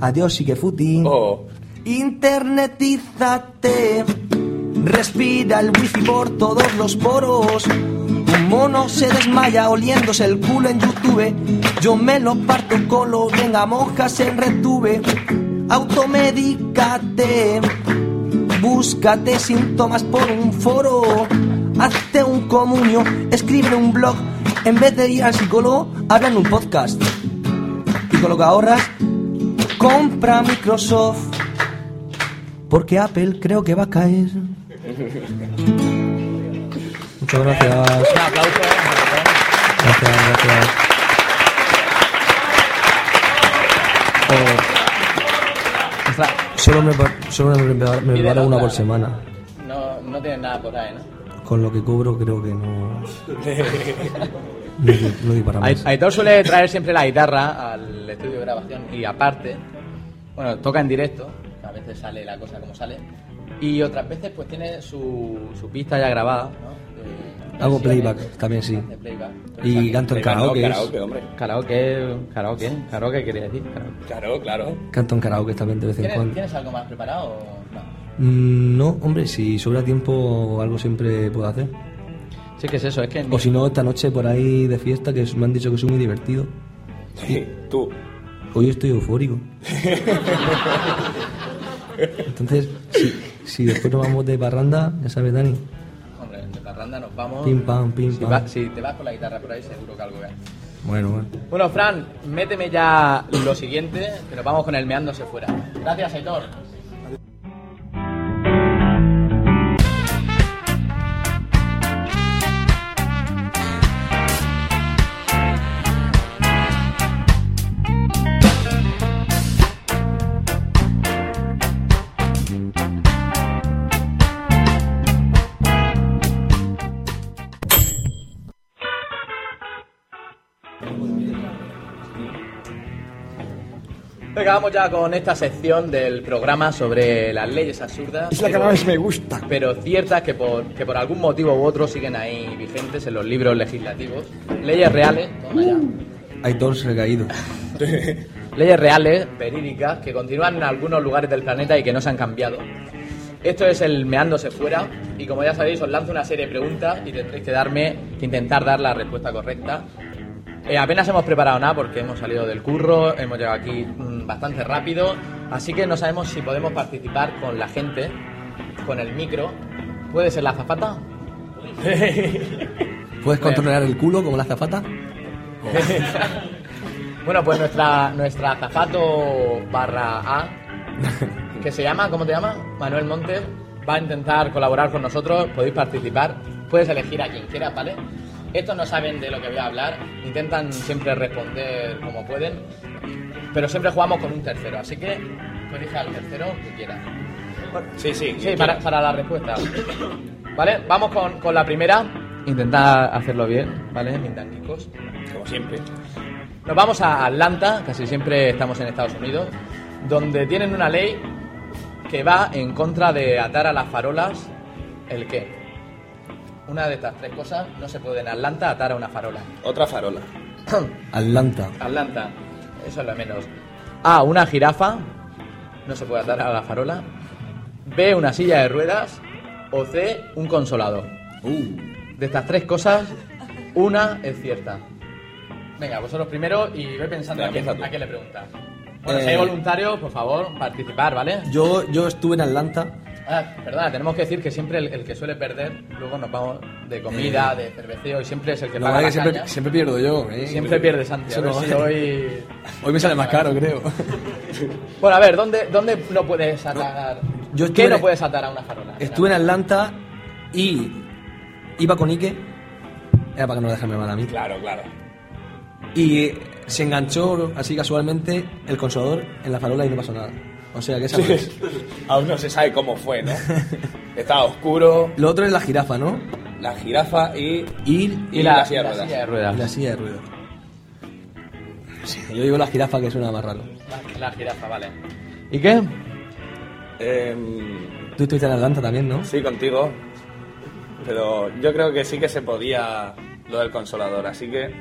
S4: Adiós y que futi.
S5: Oh.
S4: Internetízate, respira el wifi por todos los poros. Un mono se desmaya oliéndose el culo en YouTube. Yo me lo parto con los venga monjas en retube. Automedícate, búscate síntomas por un foro. Hazte un comunio, escribe un blog. En vez de ir al psicólogo, habla en un podcast. Y con lo que ahorras, compra Microsoft. Porque Apple creo que va a caer. Muchas gracias.
S3: Un aplauso.
S4: Gracias, gracias. Eh,
S3: Ostras,
S4: Oh. solo me, pa- solo me, prepara- me
S3: Pide la
S4: preparo una
S3: otra.
S4: por semana.
S3: No, no tienes nada por ahí, ¿no?
S4: Con lo que cobro creo que no. No, di- no di para más.
S3: Aitor suele traer siempre la guitarra al estudio de grabación y aparte, bueno, toca en directo, que a veces sale la cosa como sale, y otras veces pues tiene su, su pista ya grabada, ¿no? De
S4: Hago
S3: versiones,
S4: playback también, sí.
S3: hace playback.
S4: Y canto en
S5: Claro,
S4: karaoke.
S5: karaoke, hombre.
S3: Karaoke, karaoke, karaoke quería decir. karaoke.
S5: Claro, claro.
S4: Canto en karaoke también de vez en
S3: ¿Tienes,
S4: cuando.
S3: tienes algo más preparado o no?
S4: Mm, No, hombre, si sobra tiempo algo siempre puedo hacer.
S3: Sí, que es eso, es que.
S4: O si no, esta noche por ahí de fiesta, que me han dicho que soy muy divertido.
S5: Sí, tú.
S4: Hoy estoy eufórico. Entonces, si, si después nos vamos de parranda, ya sabes, Dani.
S3: Hombre, de parranda nos vamos.
S4: Pim, pam, pim,
S3: si,
S4: pam.
S3: va- si te vas con la guitarra por ahí, seguro que algo ves.
S4: Bueno, bueno.
S3: Bueno, Fran, méteme ya lo siguiente, que nos vamos con el meándose fuera. Gracias, Aitor. Venga, vamos ya con esta sección del programa sobre las leyes absurdas.
S7: Es la que
S3: pero-
S7: más me gusta.
S3: Pero ciertas que por, que por algún motivo u otro siguen ahí vigentes en los libros legislativos. Leyes reales, toma ya.
S4: Hay dos recaídos.
S3: Leyes reales, verídicas, que continúan en algunos lugares del planeta y que no se han cambiado. Esto es el meándose fuera y como ya sabéis os lanzo una serie de preguntas y tendréis que darme, que intentar dar la respuesta correcta. Eh, apenas hemos preparado nada porque hemos salido del curro, hemos llegado aquí mm, bastante rápido, así que no sabemos si podemos participar con la gente, con el micro. ¿Puede ser la azafata?
S4: ¿Puedes controlar el culo como la zapata?
S3: Bueno, pues nuestra, nuestra azafato barra A, que se llama, ¿cómo te llama? Manuel Montes, va a intentar colaborar con nosotros, podéis participar, puedes elegir a quien quieras, ¿vale? Estos no saben de lo que voy a hablar, intentan siempre responder como pueden, pero siempre jugamos con un tercero, así que tú elige al tercero que quieras.
S5: Sí, sí.
S3: Sí, para, para la respuesta. ¿Vale? Vamos con, con la primera. Intentar hacerlo bien, ¿vale? Mindanguicos.
S5: Como siempre.
S3: Nos vamos a Atlanta, casi siempre estamos en Estados Unidos, donde tienen una ley que va en contra de atar a las farolas el qué. Una de estas tres cosas no se puede en Atlanta atar a una farola.
S5: Otra farola.
S4: Atlanta.
S3: Atlanta, eso es lo menos. A, una jirafa, no se puede atar a la farola. B, una silla de ruedas. O C, un consolador.
S4: Uh.
S3: De estas tres cosas, una es cierta. Venga, vosotros primero y ve pensando
S5: Venga,
S3: a quién,
S5: empieza tú.
S3: a quién le preguntas. Bueno,
S4: Eh,
S3: si hay voluntarios, por favor, participar, ¿vale?
S4: Yo, yo estuve en Atlanta.
S3: Ah, perdona, tenemos que decir que siempre el, el que suele perder, luego nos vamos de comida, de cerveceo, y siempre es el que
S4: Eh. Lo
S3: paga
S4: malo
S3: la
S4: que siempre,
S3: caña.
S4: siempre pierdo yo. ¿eh?
S3: Siempre pierdes antes.
S4: Eso no vale. Hoy me sale más caro, creo.
S3: Bueno, a ver, ¿dónde, dónde no puedes atar?
S4: yo estuve
S3: ¿Qué no
S4: en-
S3: puedes atar a una farola?
S4: Estuve en Atlanta y iba con Ike. Era para que no lo dejarme mal a mí.
S5: Claro, claro.
S4: Y se enganchó así casualmente el consolador en la farola y no pasó nada. O sea que esa no es.
S5: pues. Aún no se sabe cómo fue, ¿no? Estaba oscuro,
S4: Lo otro es la jirafa, ¿no?
S5: la jirafa y.
S4: Y,
S5: Y
S4: y
S5: la
S3: la
S5: silla de
S3: la
S5: ruedas.
S3: silla de
S4: la,
S3: ruedas.
S4: silla de ruido. Sí, yo digo la jirafa que suena más raro.
S3: La, la jirafa, vale. ¿Y qué?
S5: em,
S4: Tú estuviste en Atlanta también, ¿no?
S5: sí, contigo. Pero yo creo que sí que se podía lo del consolador, así que.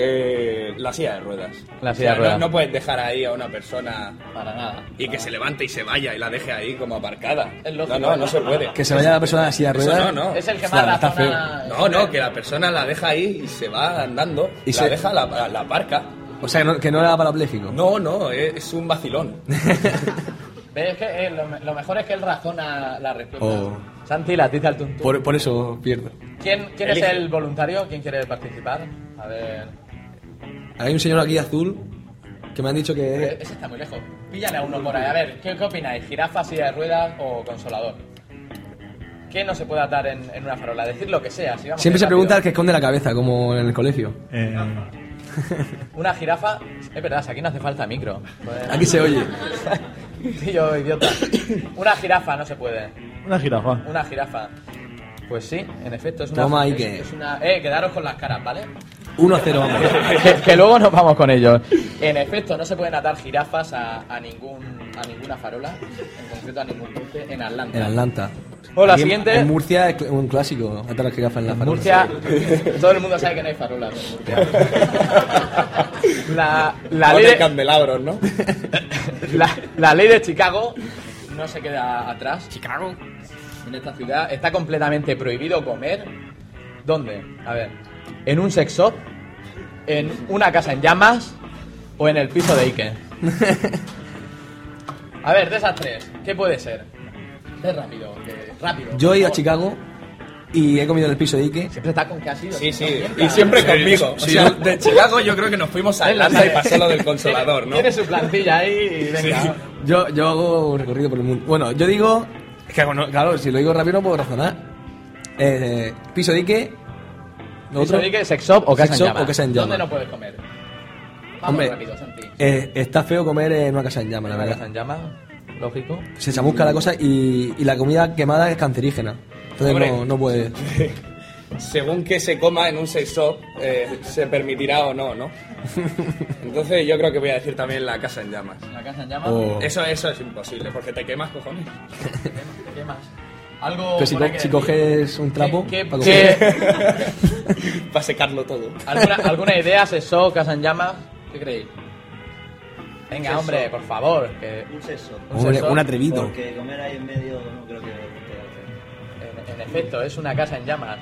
S5: eh, la silla de ruedas.
S3: La silla de
S5: no-
S3: ruedas.
S5: No, puedes dejar ahí a una persona
S3: Para nada.
S5: y que se levante y se vaya y la deje ahí como aparcada.
S3: Es lógico.
S5: no, no, no se puede.
S4: Que se vaya la persona en la silla de
S5: Eso
S4: ruedas.
S5: no, no.
S3: Es el que
S4: Hostia,
S3: más
S4: está
S3: razona...
S5: No, no, que la persona la deja ahí y se va andando.
S4: Y
S5: Y la
S4: se-
S5: deja la, la, la parca.
S4: O sea, que no, que no era parapléjico.
S5: No, no, es, es un vacilón.
S3: ¿Ves? Es que eh, lo, me- lo mejor es que él razona la respuesta.
S4: Oh.
S3: Santi, la tiza al tuntún.
S4: Por, por eso pierdo.
S3: ¿Quién, quién es
S5: Elige.
S3: el voluntario? ¿Quién quiere participar? A ver...
S4: Hay un señor aquí azul que me han dicho
S3: eh,
S4: que.
S3: Ese está muy lejos. Píllale a uno por ahí. A ver, ¿qué, qué opináis? ¿Jirafa, silla de ruedas o consolador? ¿Qué no se puede atar en, en una farola? Decir lo que sea. si vamos
S4: Siempre
S3: muy
S4: se pregunta el
S3: rápido.
S4: que esconde la cabeza, como en el colegio.
S3: Una jirafa... Es verdad, si aquí no hace falta micro. Pues, Joder.
S4: Aquí se oye.
S3: Tío, idiota. Una jirafa no se puede.
S8: Una jirafa.
S3: Una jirafa. Pues sí, en efecto, es una.
S4: Toma,
S3: es-
S4: Ike.
S3: es una- Eh, quedaros con las caras, ¿vale?
S4: 1-0, vamos.
S3: que, que luego nos vamos con ellos. En efecto, no se pueden atar jirafas a, a ningún, a ninguna farola, en concreto a ningún puente en Atlanta.
S4: En Atlanta.
S3: Hola,
S4: Aquí en-
S3: siguiente.
S4: En Murcia es cl- un clásico. Atar las jirafas en la farola.
S3: Murcia, todo el mundo sabe que no hay farolas en Murcia. La, la
S5: Pone
S3: ley de,
S5: candelabros, ¿no?
S3: la, la ley de Chicago no se queda atrás. Chicago. En esta ciudad está completamente prohibido comer ¿Dónde? A ver. ¿En un sex shop? ¿En una casa en llamas? ¿O en el piso de Ike? A ver, de esas tres, ¿qué puede ser? Es rápido, que- rápido.
S4: Yo he ido a
S3: por favor.
S4: Chicago y he comido en el piso de Ike.
S3: Siempre está con que ha sido.
S5: Sí,
S3: tío,
S5: sí.
S3: mierda.
S5: Y siempre conmigo. O
S4: sí.
S5: sea, de Chicago yo creo que nos fuimos a Atlanta y pasó lo del consolador, ¿no?
S3: Tiene su plantilla ahí y venga.
S5: Sí.
S4: Yo, yo hago un recorrido por el mundo. Bueno, yo digo. es que, bueno, claro, si lo digo rápido no puedo razonar. Eh, piso de Ike. lo
S3: Otro
S4: otro,
S3: que sex shop o casa
S4: Sex
S3: en
S4: shop
S3: llamas.
S4: o casa en
S3: ¿Dónde
S4: llamas.
S3: no puedes comer? Vamos
S4: Hombre,
S3: rápido, Santi.
S4: eh, está feo comer en una casa en llamas,
S3: Una
S4: la
S3: casa
S4: verdad.
S3: en llamas, lógico.
S4: Se chamusca la cosa y, y la comida quemada es cancerígena. Entonces
S5: Hombre.
S4: no, no puede.
S5: Según que se coma en un sex shop, eh, se permitirá o no, ¿no? Entonces yo creo que voy a decir también la casa en llamas.
S3: La casa en llamas.
S4: O-
S5: Eso, eso es imposible, porque te quemas, cojones.
S3: ¿Qué más? Algo.
S4: Pero si,
S3: por ahí
S4: co-
S3: que
S4: si
S3: decir.
S4: coges un trapo.
S3: ¿Qué-
S4: para
S3: qué-
S4: coger-
S5: Para secarlo todo.
S3: ¿Alguna, alguna idea, sex shop, casa en llamas? ¿Qué creéis? Venga, hombre, por favor. Que
S7: Un seso.
S3: un
S4: Hombre,
S3: sex shop,
S4: un atrevido.
S7: Porque comer ahí en medio no creo que... que-
S3: en, en efecto, es una casa en llamas.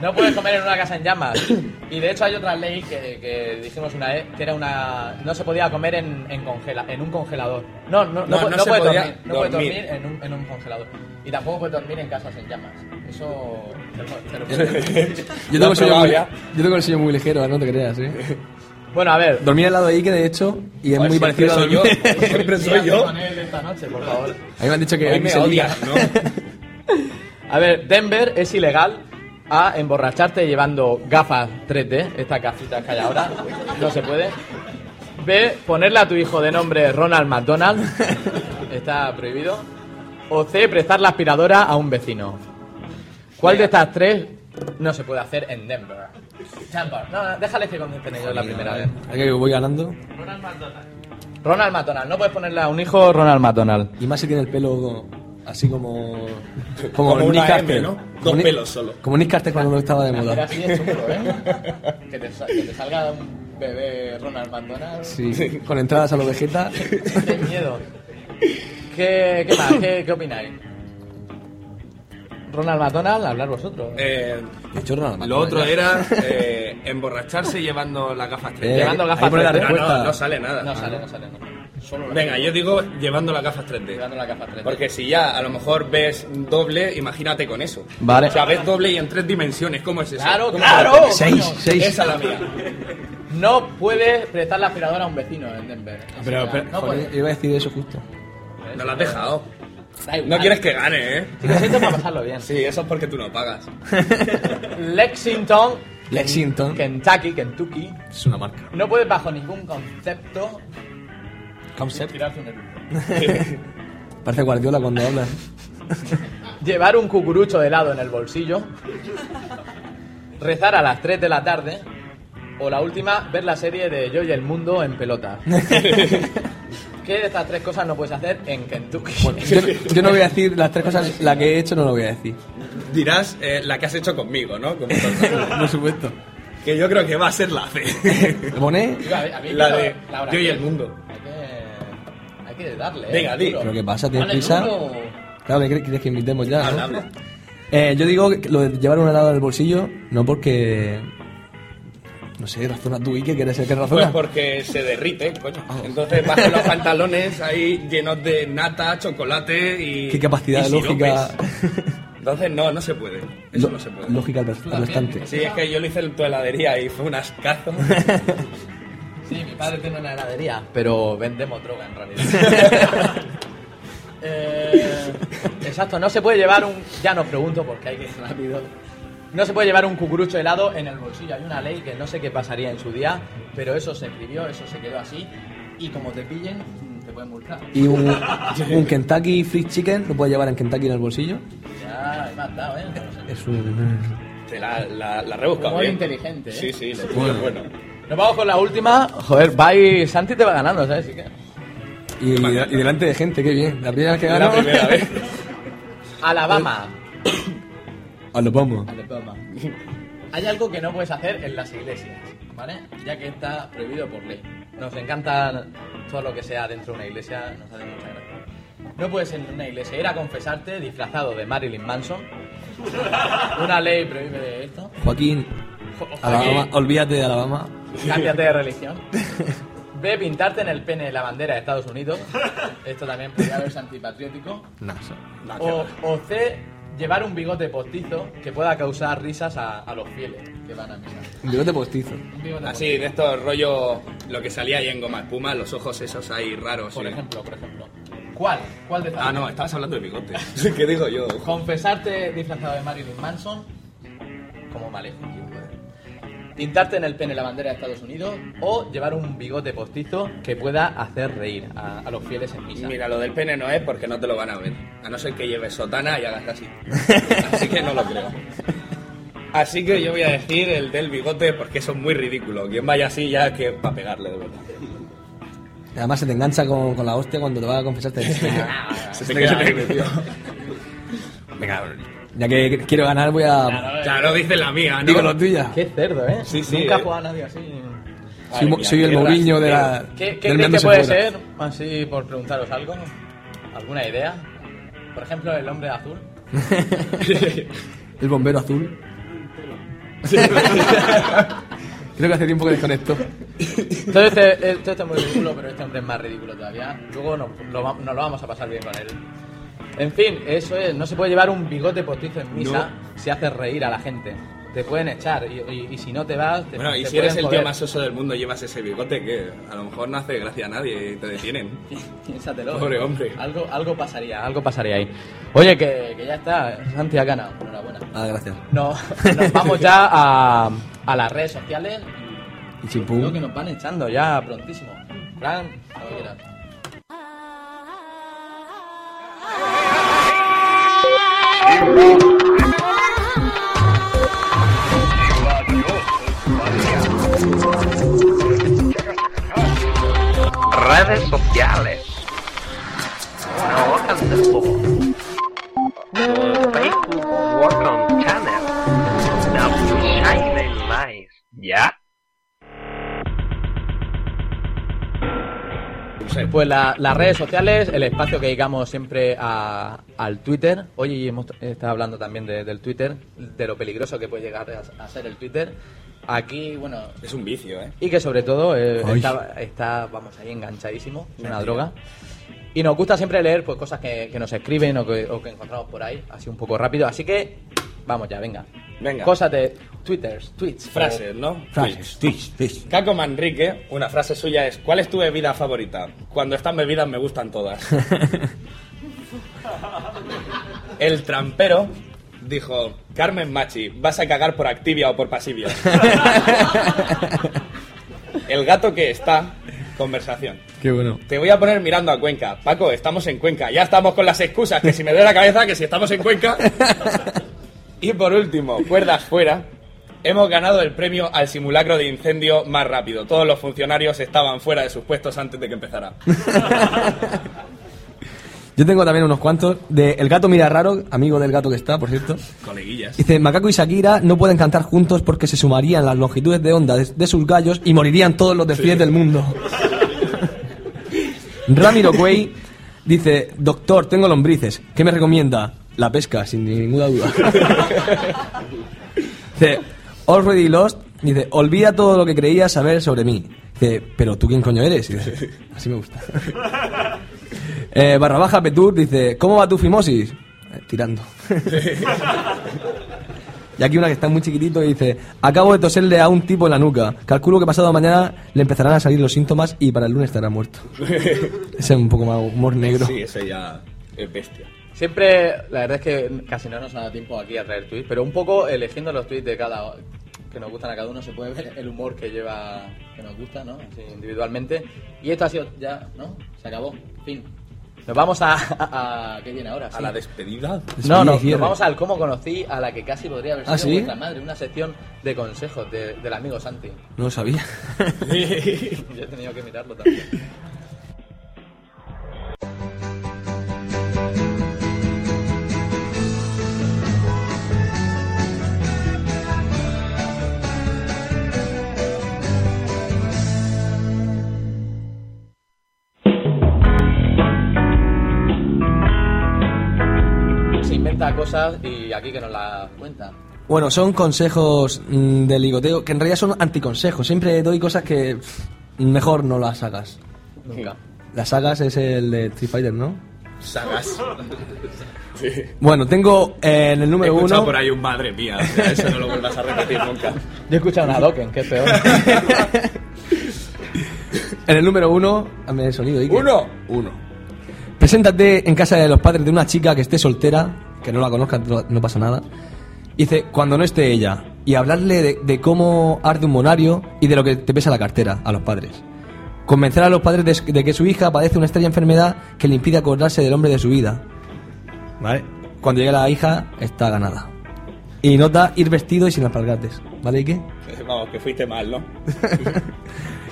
S3: no puedes comer en una casa en llamas. Y de hecho hay otra ley que, que dijimos una vez, que era una... No se podía comer en, en, congela, en un congelador. No, no, no,
S5: No,
S3: pu-
S5: no
S3: no
S5: se
S3: puedes
S5: podía
S3: dormir, no puedes
S5: dormir.
S3: dormir en, un, en un congelador. Y tampoco puedes dormir en casas en llamas. Eso... te lo- te lo puedes-
S4: Yo
S5: Lo
S4: tengo,
S5: has
S4: el sueño
S5: probado
S4: muy,
S5: ya.
S4: yo tengo el sueño muy ligero, eh, no te creas, ¿eh?
S3: bueno, a ver.
S4: Dormí al lado de Ike, de hecho, y es
S5: Joder,
S4: muy
S5: siempre
S4: parecido a
S5: soy yo.
S4: dormir-
S5: Siempre soy yo.
S3: Con él esta noche, por favor.
S4: A mí me han dicho que
S5: Hoy
S4: aquí
S5: me
S4: se lía.
S5: odias, ¿no?
S3: A ver, Denver es ilegal a emborracharte llevando gafas 3D, estas gafitas que hay ahora, no se puede. B, ponerle a tu hijo de nombre Ronald McDonald, está prohibido. O C, prestar la aspiradora a un vecino. ¿Cuál de estas tres no se puede hacer en Denver? Denver. No, no, déjale que contesten ellos la primera vez.
S4: Aquí que voy ganando.
S3: Ronald McDonald, no puedes ponerle a un hijo Ronald McDonald.
S4: Y más si tiene el pelo así como. Como,
S5: Como
S4: Nick
S5: una M,
S4: Carter.
S5: ¿no? Dos
S4: Como Nick-
S5: pelos solo.
S4: Como Nick Carter cuando no estaba de
S3: Era
S4: moda.
S3: así de chulo, ¿eh? que, te, sa- que te salga un bebé Ronald McDonald.
S4: Sí, con entradas a los vegeta.
S3: Qué miedo. ¿Qué, qué más? ¿Qué, qué opináis? Ronald McDonald, hablar vosotros.
S5: Eh,
S4: De hecho, Ronald
S5: lo
S4: McDonald
S5: otro
S4: ya.
S5: era eh, emborracharse llevando las gafas 3D.
S4: Eh,
S3: Llevando
S4: ahí
S3: gafas
S4: pone la
S3: 3D.
S5: No, no,
S4: respuesta.
S5: no sale nada.
S3: no sale, no sale. No. Solo la
S5: Venga, yo digo llevando las gafas 3D.
S3: Llevando la gafa 3D.
S5: Porque si ya a lo mejor ves doble, imagínate con eso.
S3: Vale.
S5: O sea, ves doble y en tres dimensiones. ¿Cómo es eso?
S3: ¡Claro,
S5: ¿Cómo
S3: claro!
S4: Seis,
S3: coño!
S4: seis.
S5: Esa es la mía.
S3: No puedes prestar la aspiradora a un vecino en Denver. Eso
S4: Pero,
S3: ya,
S4: pero,
S3: no
S4: joder,
S3: puedes.
S4: iba a decir eso justo.
S5: No la has dejado.
S3: Da igual.
S5: No quieres que gane, ¿eh?
S3: Si lo siento para pasarlo bien.
S5: Sí, eso es porque tú no pagas.
S3: Lexington,
S4: Lexington.
S3: Kentucky, Kentucky.
S4: Es una marca.
S3: No puedes bajo ningún concepto
S4: Concept.
S3: tirarte un eructo.
S4: Parece Guardiola cuando habla.
S3: Llevar un cucurucho de helado en el bolsillo. Rezar a las 3 de la tarde. O la última, ver la serie de Yo y el mundo en pelota. ¿Qué de estas tres cosas no puedes hacer en Kentucky?
S5: Pues,
S4: Yo, yo no voy a decir las tres cosas, la que he hecho no lo voy a decir.
S5: Dirás eh, la que has hecho conmigo, ¿no? Como
S4: Por supuesto.
S5: que yo creo que va a ser la C.
S4: ¿Lo pone?
S3: Tío, ¿habéis- habéis
S5: la
S3: visto
S5: de
S3: la hora
S5: yo y
S3: que-
S5: el mundo.
S3: Hay que, hay que darle. eh,
S5: Venga, di.
S3: duro.
S4: ¿Pero qué pasa? ¿Tienes
S3: Dale,
S4: prisa?
S3: duro.
S4: Claro, ¿qué cre- ¿quieres que invitemos ya?
S5: Habla,
S4: no?
S5: habla.
S4: Eh, yo digo que lo de llevar un helado en el bolsillo, no porque. No sé, razona tú, Ike, que eres el que
S5: Pues
S4: razona.
S5: porque se derrite, coño.
S4: Ah.
S5: Entonces vas con los pantalones ahí llenos de nata, chocolate y.
S4: Qué capacidad
S5: y
S4: lógica.
S5: siropes. Entonces no, no se puede. Eso
S4: Lo-
S5: no se puede.
S4: Lógica al al bastante.
S5: Sí, es que yo lo hice en tu heladería y fue un ascazo.
S3: Sí, mi padre tiene una heladería, pero vendemos droga en realidad. Eh, exacto, no se puede llevar un. Ya no pregunto porque hay que ir rápido. No se puede llevar un cucurucho helado en el bolsillo. Hay una ley que no sé qué pasaría en su día, pero eso se escribió, eso se quedó así. Y como te pillen, mm, te pueden multar.
S4: Y un, un Kentucky Fried Chicken, lo puedes llevar en Kentucky en el bolsillo.
S3: Ya, me has dado, ¿eh? No sé.
S4: Es un.
S5: Te la, la, la rebuscas
S3: Humor
S5: bien.
S3: inteligente, ¿eh?
S5: Sí, sí, lo tuyo es bueno.
S3: Nos vamos con la última. Joder, bye. Santi te va ganando, ¿sabes? Así que-
S4: Y, y delante de gente, qué bien. La primera vez que
S5: Es
S4: ganamos.
S5: La primera vez.
S3: Alabama.
S4: A lo vamos.
S3: Hay algo que no puedes hacer en las iglesias, ¿vale? Ya que está prohibido por ley. Nos encanta todo lo que sea dentro de una iglesia, nos hace mucha gracia. No puedes en una iglesia ir a confesarte disfrazado de Marilyn Manson, Una ley prohíbe esto.
S4: Joaquín,
S3: Jo-
S4: Alabama,
S3: Joaquín,
S4: olvídate de Alabama.
S3: Cámbiate de religión. B. Pintarte en el pene la bandera de Estados Unidos. Esto también podría verse antipatriótico.
S4: No, eso-
S5: Ah,
S3: O, o C. Llevar un bigote postizo que pueda causar risas a, a los fieles que van a misa.
S4: Un bigote postizo.
S3: Un bigote
S5: Así, de estos rollos, lo que salía ahí en Goma Espuma, los ojos esos ahí raros.
S3: Por
S5: sí.
S3: ejemplo, por ejemplo. ¿Cuál? ¿Cuál de estas?
S5: Ah, no, estabas hablando de bigote. ¿Qué digo yo?
S3: Confesarte disfrazado de Marilyn Manson como maleficio. Pintarte en el pene la bandera de Estados Unidos o llevar un bigote postizo que pueda hacer reír a, a los fieles en misa.
S5: Mira, lo del pene no es porque no te lo van a ver. A no ser que lleves sotana y hagas así. Así que no lo creo. Así que yo voy a decir el del bigote porque eso es muy ridículo. Quien vaya así ya que para pegarle, de verdad.
S4: Además se te engancha con, con la hostia cuando te va a este confesarte.
S5: Se te queda ahí metido.
S4: ya que quiero ganar voy a...
S5: Claro, dice la mía, ¿no?
S4: Digo lo tuya.
S3: Qué cerdo, ¿eh?
S5: Sí, sí,
S3: Nunca
S5: eh.
S3: ha jugado a nadie así.
S4: Soy, mo-
S5: mía,
S4: soy el
S5: qué
S4: Mourinho de la...
S5: rastreo.
S3: ¿Qué, qué
S4: del
S3: creéis que
S4: meándose
S3: puede
S4: fuera.
S3: ser? Así por preguntaros algo. ¿Alguna idea? Por ejemplo, el hombre de azul.
S4: El bombero azul. Creo que hace tiempo que desconecto.
S3: Todo este, eh, todo esto es muy ridículo, pero este hombre es más ridículo todavía. Luego nos lo, va- nos lo vamos a pasar bien con él. En fin, eso es. No se puede llevar un bigote postizo en misa si haces reír a la gente. Te pueden echar y, y- y si no te vas, te,
S5: Bueno, y
S3: te
S5: si eres
S3: pueden
S5: el tío
S3: joder.
S5: más oso del mundo y llevas ese bigote que a lo mejor no hace gracia a nadie y te detienen.
S3: Piénsatelo. ¿eh?
S5: Pobre hombre.
S3: Algo, algo pasaría, algo pasaría ahí. Oye, que, que ya está. Santi ha ganado. Enhorabuena.
S4: Ah, gracias.
S3: No, nos vamos ya a, a las redes sociales.
S4: Y
S3: Creo
S4: chimpú.
S3: que nos van echando ya prontísimo. Fran, lo que quieras.
S8: redes sociales. Una hora de fútbol. Facebook Welcome Channel. Now shining lights. ¿Ya?
S3: Pues la- las redes sociales, el espacio que dedicamos siempre a- al Twitter. Hoy hemos estado hablando también de- del Twitter, de lo peligroso que puede llegar a, a ser el Twitter. Aquí, bueno,
S5: Es un vicio, ¿eh?
S3: y que sobre todo eh,
S4: Ay.
S3: está, está, vamos, ahí enganchadísimo, es una droga. Y nos gusta siempre leer pues cosas que, que nos escriben o que, o que encontramos por ahí, así un poco rápido. Así que, Eh, vamos ya, venga.
S5: Venga.
S3: Cosas de Twitters, tweets.
S5: Frases, ¿no?
S4: Frases, twitch, twitch.
S5: Caco Manrique, una frase suya es ¿Cuál es tu bebida favorita? Cuando están bebidas me gustan todas. El trampero dijo Carmen Machi, vas a cagar por activia o por pasivia. El gato que está, conversación.
S4: Qué bueno.
S5: Te voy a poner mirando a Cuenca. Paco, estamos en Cuenca. Ya estamos con las excusas. Que si me duele la cabeza, que si estamos en Cuenca. Y por último, cuerdas fuera. Hemos ganado el premio al simulacro de incendio más rápido. Todos los funcionarios estaban fuera de sus puestos antes de que empezara.
S4: Yo tengo también unos cuantos. De El gato mira raro, amigo del gato que está, por cierto.
S5: Coleguillas.
S4: Dice, Macaco y Shakira no pueden cantar juntos porque se sumarían las longitudes de onda de, de sus gallos y morirían todos los desfiles del mundo. Ramiro Cuey dice, doctor, tengo lombrices. ¿Qué me recomienda? La pesca, sin ninguna duda. dice, Already Lost, dice, olvida todo lo que creías saber sobre mí. Dice, pero tú quién coño eres? Y dice, así me gusta. Eh, barra baja Petur dice, ¿cómo va tu fimosis? Eh, tirando. Y aquí una que está muy chiquitito y dice, acabo de toserle a un tipo en la nuca. Calculo que pasado mañana le empezarán a salir los síntomas y para el lunes estará muerto. Ese es un poco más humor negro.
S5: Sí, eso ya es bestia.
S3: Siempre, la verdad es que casi no nos ha dado tiempo aquí a traer tweets, pero un poco eligiendo los tweets de cada que nos gustan a cada uno se puede ver el humor que lleva, que nos gusta, ¿no? Así, individualmente. Y esto ha sido ya, ¿no? Se acabó. Fin. Nos vamos a, a, a- ¿qué viene ahora?
S5: A
S3: Sí.
S5: la despedida.
S3: No, no,
S4: Cierre.
S3: nos vamos al cómo conocí a la que casi podría haber sido
S4: ¿Ah, sí?
S3: vuestra madre, una sección de consejos de- del amigo Santi.
S4: No lo sabía.
S3: Yo he tenido que mirarlo también. Se inventa cuenta cosas y aquí que nos las cuenta.
S4: Bueno, son consejos mm, de ligoteo, que en realidad son anticonsejos. Siempre doy cosas que pff, mejor no las hagas.
S3: Nunca.
S4: Las hagas es el de Street Fighter, ¿no?
S5: Sagas.
S4: Bueno, tengo eh, en el
S5: He
S4: número
S5: escuchado
S4: uno.
S5: por ahí un madre mía. o sea, eso no lo vuelvas a repetir nunca.
S3: Yo he escuchado una Dokken, que es peor.
S4: En el número uno. Hazme el sonido, Iker.
S5: Uno. Uno.
S4: Preséntate en casa de los padres de una chica que esté soltera, que no la conozca, no, no pasa nada. Y Dice, cuando no esté ella, y hablarle de, de cómo arde un monario y de lo que te pesa la cartera a los padres. Convencer a los padres de, de que su hija padece una extraña enfermedad que le impide acordarse del hombre de su vida. ¿Vale? Cuando llegue la hija, está ganada. Y nota ir vestido y sin alpargates. ¿Vale, Ike?
S5: Vamos, que fuiste mal, ¿no?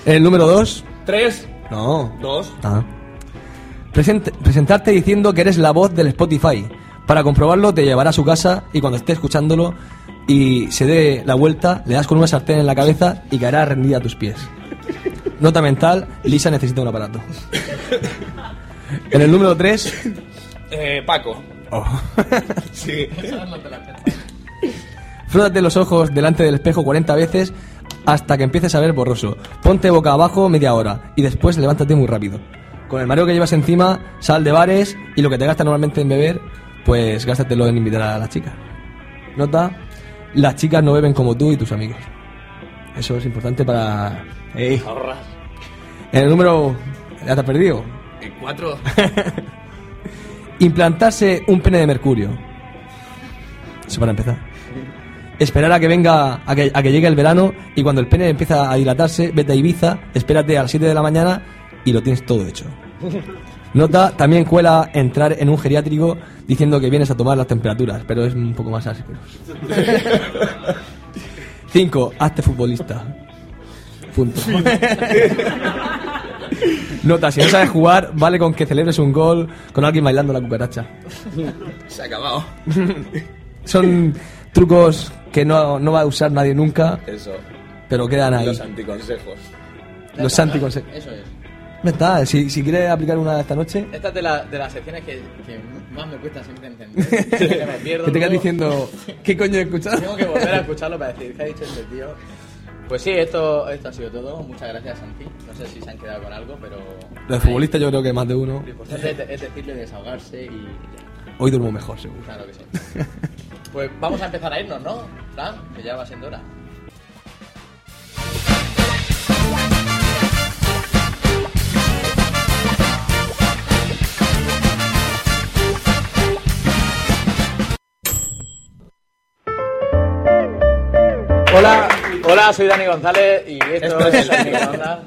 S4: El número dos.
S5: Tres,
S4: No.
S5: dos.
S4: Ah. Present- presentarte diciendo que eres la voz del Spotify. Para comprobarlo te llevará a su casa y cuando esté escuchándolo y se dé la vuelta, le das con una sartén en la cabeza y caerá rendida a tus pies. Nota mental, Lisa necesita un aparato. En el número 3...
S5: Eh, Paco. Sí.
S4: Frótate los ojos delante del espejo 40 veces hasta que empieces a ver borroso. Ponte boca abajo media hora y después levántate muy rápido. Con el mareo que llevas encima, sal de bares y lo que te gastas normalmente en beber, pues gástatelo en invitar a las chicas. Nota, las chicas no beben como tú y tus amigos. Eso es importante para... Ey.
S5: Ahorras.
S4: En el número... ¿Ya te has perdido?
S5: El cuatro.
S4: Implantarse un pene de mercurio. Eso para empezar. Esperar a que venga, a que, a que llegue el verano y cuando el pene empieza a dilatarse, vete a Ibiza, espérate a las 7 de la mañana y lo tienes todo hecho. Nota, también cuela entrar en un geriátrico diciendo que vienes a tomar las temperaturas, pero es un poco más áspero. 5. Hazte futbolista. Punto. Nota, si no sabes jugar, vale con que celebres un gol con alguien bailando la cucaracha.
S5: Se ha acabado.
S4: Son trucos que no, no va a usar nadie nunca,
S5: Eso.
S4: pero quedan ahí.
S5: Los anticonsejos.
S4: Los Santi Conse-
S3: Eso es.
S4: Ya está, si, si quieres aplicar una esta noche,
S3: Esta es de, la- de las secciones que, que más me cuesta siempre entender. que me pierdo.
S4: que te quedas
S3: luego.
S4: diciendo, ¿qué coño he escuchado?
S3: Tengo que volver a escucharlo para decir qué ha dicho este tío. Pues sí, esto, esto ha sido todo. Muchas gracias, Santi. No sé si se han quedado con algo, pero.
S4: Los futbolistas yo creo que más de uno.
S3: Lo importante es, es decirle desahogarse y.
S4: Hoy duermo mejor, seguro.
S3: Claro que sí. Pues vamos a empezar a irnos, ¿no? Fran, que ya va siendo hora. Hola, hola, soy Dani González y esto,
S5: Esto es
S3: es
S5: el
S3: Dani González.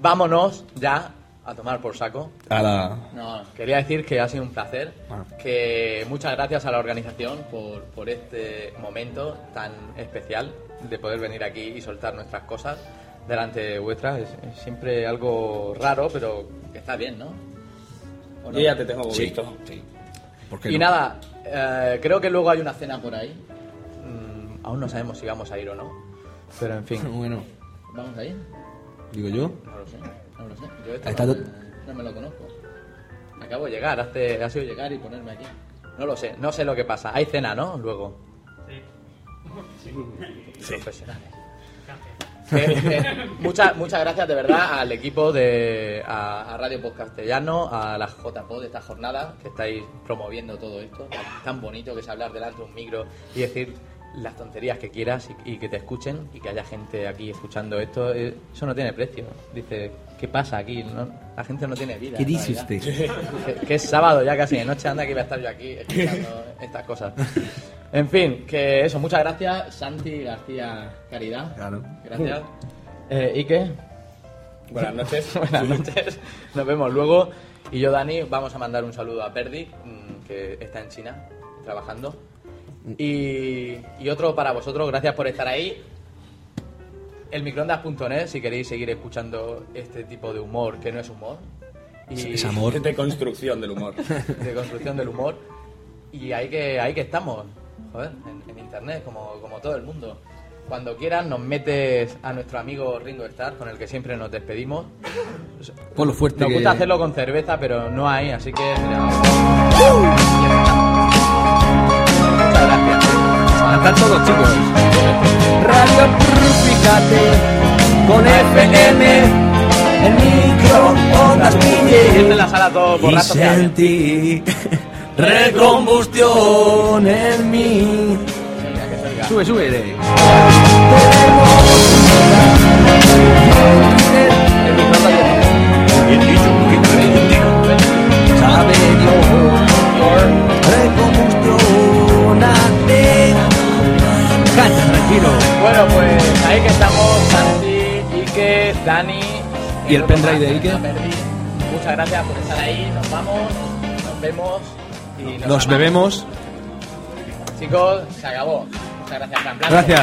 S3: Vámonos ya a tomar por saco.
S4: A la...
S3: No, quería decir que ha sido un placer,
S5: Ah.
S3: que muchas gracias a la organización por, por este momento tan especial de poder venir aquí y soltar nuestras cosas delante de vuestras. Es, es siempre algo raro, pero que está bien, ¿no? ¿O no?
S5: Yo ya te tengo visto.
S3: Y nada, eh, creo que luego hay una cena por ahí. Mm, aún no sabemos si vamos a ir o no, pero en fin.
S4: Bueno,
S3: ¿Vamos a ir?
S4: digo yo.
S3: No lo sé, no lo sé. Yo esto
S4: Está
S3: no,
S4: to-
S3: no me lo conozco. Acabo de llegar, hace, ha sido llegar y ponerme aquí. No lo sé, no sé lo que pasa. Hay cena, ¿no? Luego. Sí. Profesionales. Eh, eh, muchas, muchas gracias de verdad al equipo de a, a Radio Post Castellano, a la JPO de esta jornada, que estáis promoviendo todo esto. Tan bonito que es hablar delante de un micro y decir las tonterías que quieras y, y que te escuchen y que haya gente aquí escuchando esto. eh, Eso no tiene precio. Dice, ¿qué pasa aquí? No- la gente no tiene vida.
S4: ¿Qué
S3: en
S4: dice
S3: realidad.
S4: usted?
S3: Que, que es sábado ya casi de noche, anda que voy a estar yo aquí escuchando estas cosas. En fin, que eso, muchas gracias, Santi García Caridad.
S4: Claro. Uh,
S3: Gracias. Eh, Ike,
S5: Buenas noches.
S3: buenas noches, nos vemos luego. Y yo, Dani, vamos a mandar un saludo a Perdi, mm, que está en China trabajando. Y, y otro para vosotros, gracias por estar ahí. El microondas.net, si queréis seguir escuchando este tipo de humor, que no es humor. Y,
S4: Es amor.
S5: Es de construcción del humor.
S3: de construcción del humor. Y ahí que, ahí que estamos, joder, en, en internet, como, como todo el mundo. Cuando quieras nos metes a nuestro amigo Ringo Starr, con el que siempre nos despedimos.
S4: Por lo fuerte
S3: Nos
S4: que-
S3: ¡Uh! gusta hacerlo con cerveza, pero no hay, así que... mira,
S4: Hasta todos, chicos.
S9: Radio Fíjate con FM, el microondas
S3: Gente en la sala todo
S9: y
S3: borracho.
S9: sentí recombustión en mí.
S4: Sube, sube. de-
S9: Sabe Dios, recombustionate. Calla, tranquilo.
S3: Bueno, pues ahí que estamos, Santi, Ike, Dani.
S4: ¿Y el pendrive de Ike?
S3: Lo perdí. Muchas gracias por estar ahí. Nos vamos, nos vemos y nos,
S4: Nos
S3: amamos.
S4: bebemos.
S3: Chicos, se acabó. Muchas gracias, Fran Blanco.
S4: Gracias.